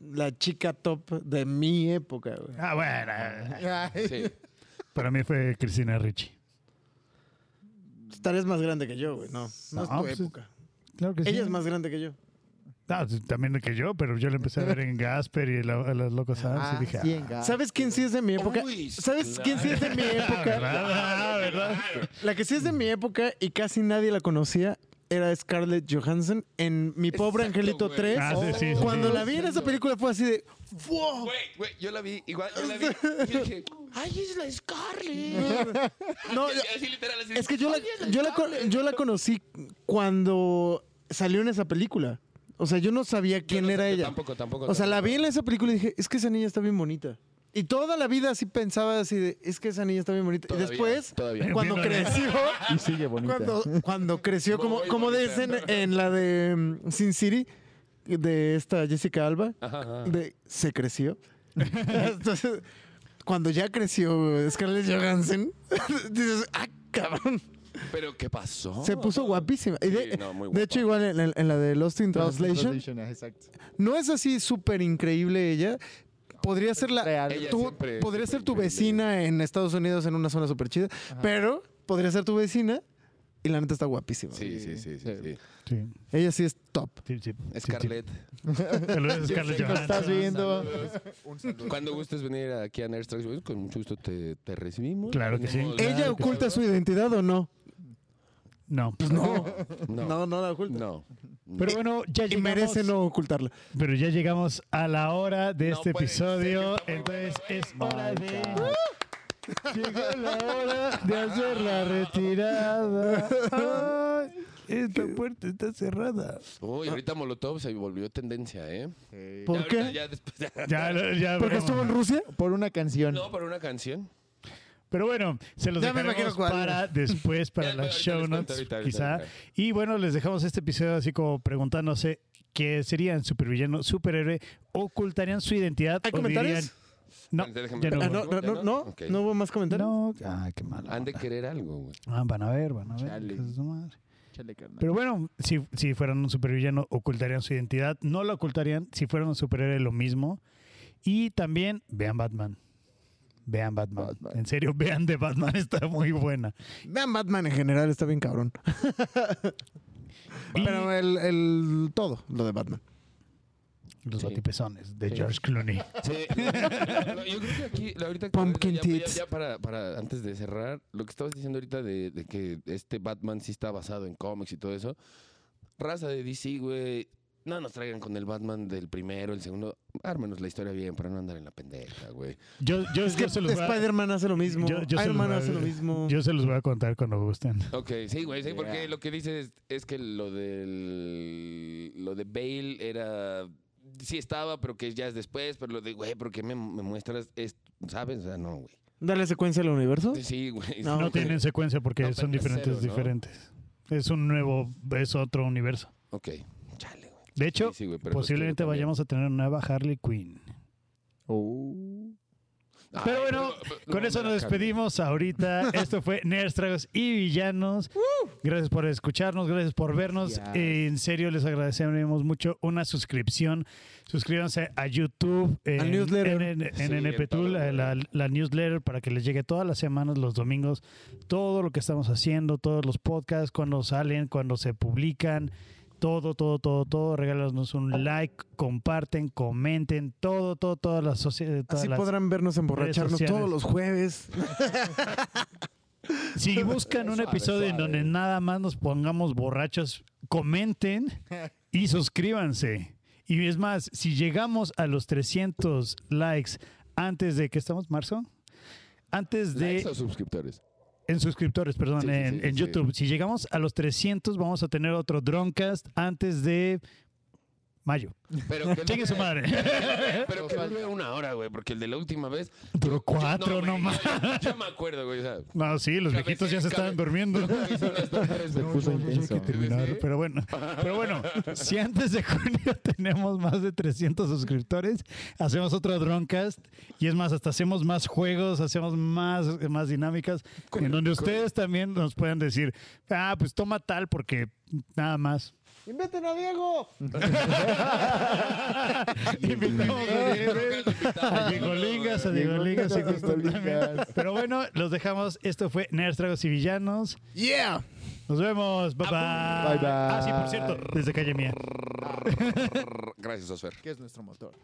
C: la chica top de mi época, güey.
B: Ah, bueno.
D: Sí.
B: Para mí fue Cristina Ricci.
C: Tú Tal vez más grande que yo, güey. No, no es
B: No,
C: tu
B: pues,
C: época.
B: Claro que sí.
C: Ella es más grande que yo.
B: Ah, sí, también que yo, pero yo la empecé a ver en Gasper y la, a las locas Adams y dije.
A: sí, en
B: ah,
A: gas.
C: ¿Sabes quién sí es de mi época?
D: Uy, sí,
C: ¿Sabes
D: claro.
C: quién sí es de mi época?
B: ¿verdad? Ah, ¿verdad?
C: La que sí es de mi época y casi nadie la conocía era Scarlett Johansson en Mi Pobre
D: Exacto,
C: Angelito
D: güey.
C: 3.
B: Ah, sí, sí, sí,
C: Cuando
B: sí.
C: la vi en esa película fue así de ¡Wow!
D: Güey, güey, yo la vi, igual yo la vi. y Yo dije, "Ay, es la Scarlett."
C: No,
D: Y así literal así.
C: es que yo la,
D: "Ay, es la
C: yo la, con- yo la conocí cuando salió en esa película. O sea, yo no sabía
D: Yo
C: quién
D: no-
C: era
D: yo
C: ella.
D: Tampoco, tampoco.
C: O sea, la
D: tampoco.
C: vi en esa película y dije, es que esa niña está bien bonita. Y toda la vida así pensaba así de, es que esa niña está bien bonita.
D: Todavía,
C: y después,
D: todavía.
C: cuando
B: Viéndola.
C: creció,
A: Y sigue bonita.
C: cuando, cuando creció, como,
D: Muy
C: como
D: bonita.
C: dicen en la de mm, Sin City, de esta Jessica Alba,
D: Ajá, ajá.
C: de se creció. Entonces, cuando ya creció Scarlett Johansson, dices, ah, cabrón.
D: Pero ¿qué pasó?
C: Se puso guapísima. Y de,
D: Sí, no, muy
C: de
D: guapa.
C: hecho, igual en, en- en la de Lost in Translation,
A: Translation, ah, exacto.
C: no es así súper increíble ella. Podría ser la.
A: Real.
D: Ella
C: tú-
D: siempre es
C: podría
D: súper
C: ser tu
D: increíble.
C: vecina en Estados Unidos en una zona súper chida, pero podría ser tu vecina y la neta está guapísima.
D: Sí, sí, sí, sí. sí.
B: Sí,
C: Ella sí es top.
B: sí, sí, sí,
D: Scarlett,
B: sí. Saludos, Scarlett
A: Si nos
B: Johansson.
A: estás viendo.
D: cuando gustes venir aquí a Nerd Tracks, pues, con mucho gusto te, te recibimos.
B: Claro que sí.
D: Tenemos-
B: Claro
C: ¿Ella oculta su identidad o no?
B: No.
C: No.
D: No, no,
C: No, no la oculta.
B: Pero bueno, ya
C: Y
B: llegamos.
C: merece no ocultarla.
B: Pero ya llegamos a la hora de
D: No
B: este
D: puede ser que
B: episodio.
D: estamos-
B: Entonces es hora
A: My
B: de.
A: God.
B: Llegó la hora de hacer la retirada. Ay, esta puerta está cerrada.
D: Uy,
B: Ah.
D: ahorita Molotov se volvió tendencia, ¿eh?
A: Sí.
C: ¿Por
D: Ya ahorita,
C: qué?
D: ya después-
B: Ya, lo- ya
C: ¿Porque
B: veremos.
C: estuvo en Rusia?
A: Por una canción.
D: No, para una canción.
B: Pero bueno, se los
C: Ya me
B: dejaremos
C: imagino cuál.
B: para después, para
D: Ya,
B: las
D: ahorita
B: show
D: les cuento,
B: notes,
D: ahorita, ahorita,
B: quizá.
D: ahorita.
B: Y bueno, les dejamos este episodio así como preguntándose qué serían supervillano, superhéroe, ocultarían su identidad
C: ¿Hay
B: o dirían...
C: comentarios?
B: No,
D: Espérate, déjame
B: ya no.
D: ver.
C: Ah,
B: hubo.
C: no, no, no, no,
D: Ok.
C: no hubo más comentarios.
B: No, ah, qué malo.
D: Han de querer algo, güey.
B: Ah, van a ver, van a ver.
A: Chale.
B: hijos de su madre.
A: Chale, carnal.
B: Pero bueno, si, si fueran un supervillano, ocultarían su identidad. No la ocultarían. Si fueran un superhéroe, lo mismo. Y también, vean Batman. Vean Batman.
A: Batman.
B: En serio, vean de Batman. Está muy buena.
C: Vean Batman en general, está bien cabrón.
B: Y
C: Pero el, el todo, lo de Batman.
B: los
D: Sí.
B: batipezones de
A: Sí.
B: George Clooney.
D: Sí. Yo creo que aquí, la- ahorita que-
C: Pumpkin
D: ya- ya-
C: tits.
D: Ya, para, para antes de cerrar, lo que estabas diciendo ahorita de, de que este Batman sí está basado en cómics y todo eso. Raza de DC, güey. No nos traigan con el Batman del primero, el segundo. Ármenos la historia bien para no andar en la pendeja, güey.
B: Yo, yo,
C: Es que
B: yo se los voy a-
C: Spider-Man hace lo mismo.
B: Yo- yo se
C: Iron Man
B: los-
C: hace lo mismo.
B: yo se los voy a contar cuando gusten.
D: Ok, sí, güey, sí, porque
A: Yeah.
D: lo que dices es que lo del. Lo de Bale era. Sí estaba, pero que ya es después, pero lo de, güey, pero que me, me muestras, es, ¿sabes? O sea, no, güey.
C: Dale secuencia al universo.
D: Sí, Sí, güey.
C: No,
B: No
C: ok.
B: tienen secuencia porque
D: No,
B: son
D: pero
B: diferentes,
D: cero, ¿no?
B: diferentes. Es un nuevo, es otro universo.
D: Ok, chale, güey.
B: De hecho,
D: Sí, sí, güey, pero los
B: posiblemente
D: quiero también.
B: vayamos a tener una nueva Harley Quinn.
A: Oh.
D: Ay,
B: Pero bueno,
D: pero- pero-
B: Con eso nos despedimos ahorita. Esto fue Nerds, Tragos y Villanos. Gracias por escucharnos, gracias por vernos.
A: Ya.
B: En serio, les agradecemos mucho una suscripción. Suscríbanse a YouTube, en,
C: Al newsletter.
B: en- en- en
D: Sí, en
B: NP Tool,
D: todo,
B: la, la newsletter, para que les llegue todas las semanas, los domingos, todo lo que estamos haciendo, todos los podcasts, cuando salen, cuando se publican. Todo, todo, todo, todo. Regálanos un like, comparten, comenten, todo, todo, todas las sociedades.
C: Así podrán vernos emborracharnos
B: redes sociales.
C: todos los jueves.
B: Si buscan un
D: Suave,
B: episodio en
D: suave.
B: donde nada más nos pongamos borrachos, comenten y suscríbanse. Y es más, si llegamos a los 300 likes antes de que estamos, Marzo, antes de
D: Likes o suscriptores.
B: en suscriptores, perdón,
D: Sí, sí,
B: en,
D: sí, sí,
B: en
D: sí.
B: YouTube, si llegamos a los 300 vamos a tener otro Droncast antes de mayo.
D: Pero que
B: Chingue su madre.
D: Pero que dure una hora, güey, porque el de la última vez.
B: Duró cuatro
D: güey,
B: nomás.
D: ya- Ya me acuerdo, güey. O sea,
B: No, sí, los viejitos ya se estaban durmiendo.
D: son las dos horas,
A: Se
D: güey.
A: puso
B: no, no sé
A: intenso.
B: qué terminar,
D: Sí.
B: pero bueno, pero bueno, si antes de junio tenemos más de 300 suscriptores, hacemos otro Droncast y es más, hasta hacemos más juegos, hacemos más, más dinámicas, en donde ustedes también nos puedan decir, ah, pues toma tal porque nada más.
C: ¡Inventen a Diego!
B: Invitamos a Diego- a Diego Lingas, a Diego Lingas, si
A: Diego
B: gustan también.
A: Lingas.
B: Pero bueno, los dejamos. Esto fue Nerds, Tragos y Villanos.
C: ¡Yeah!
B: Nos vemos. Bye bye.
A: Bye, bye.
B: Ah, sí, por cierto, desde calle mía.
D: Gracias, Osfer.
A: ¿Qué es nuestro motor?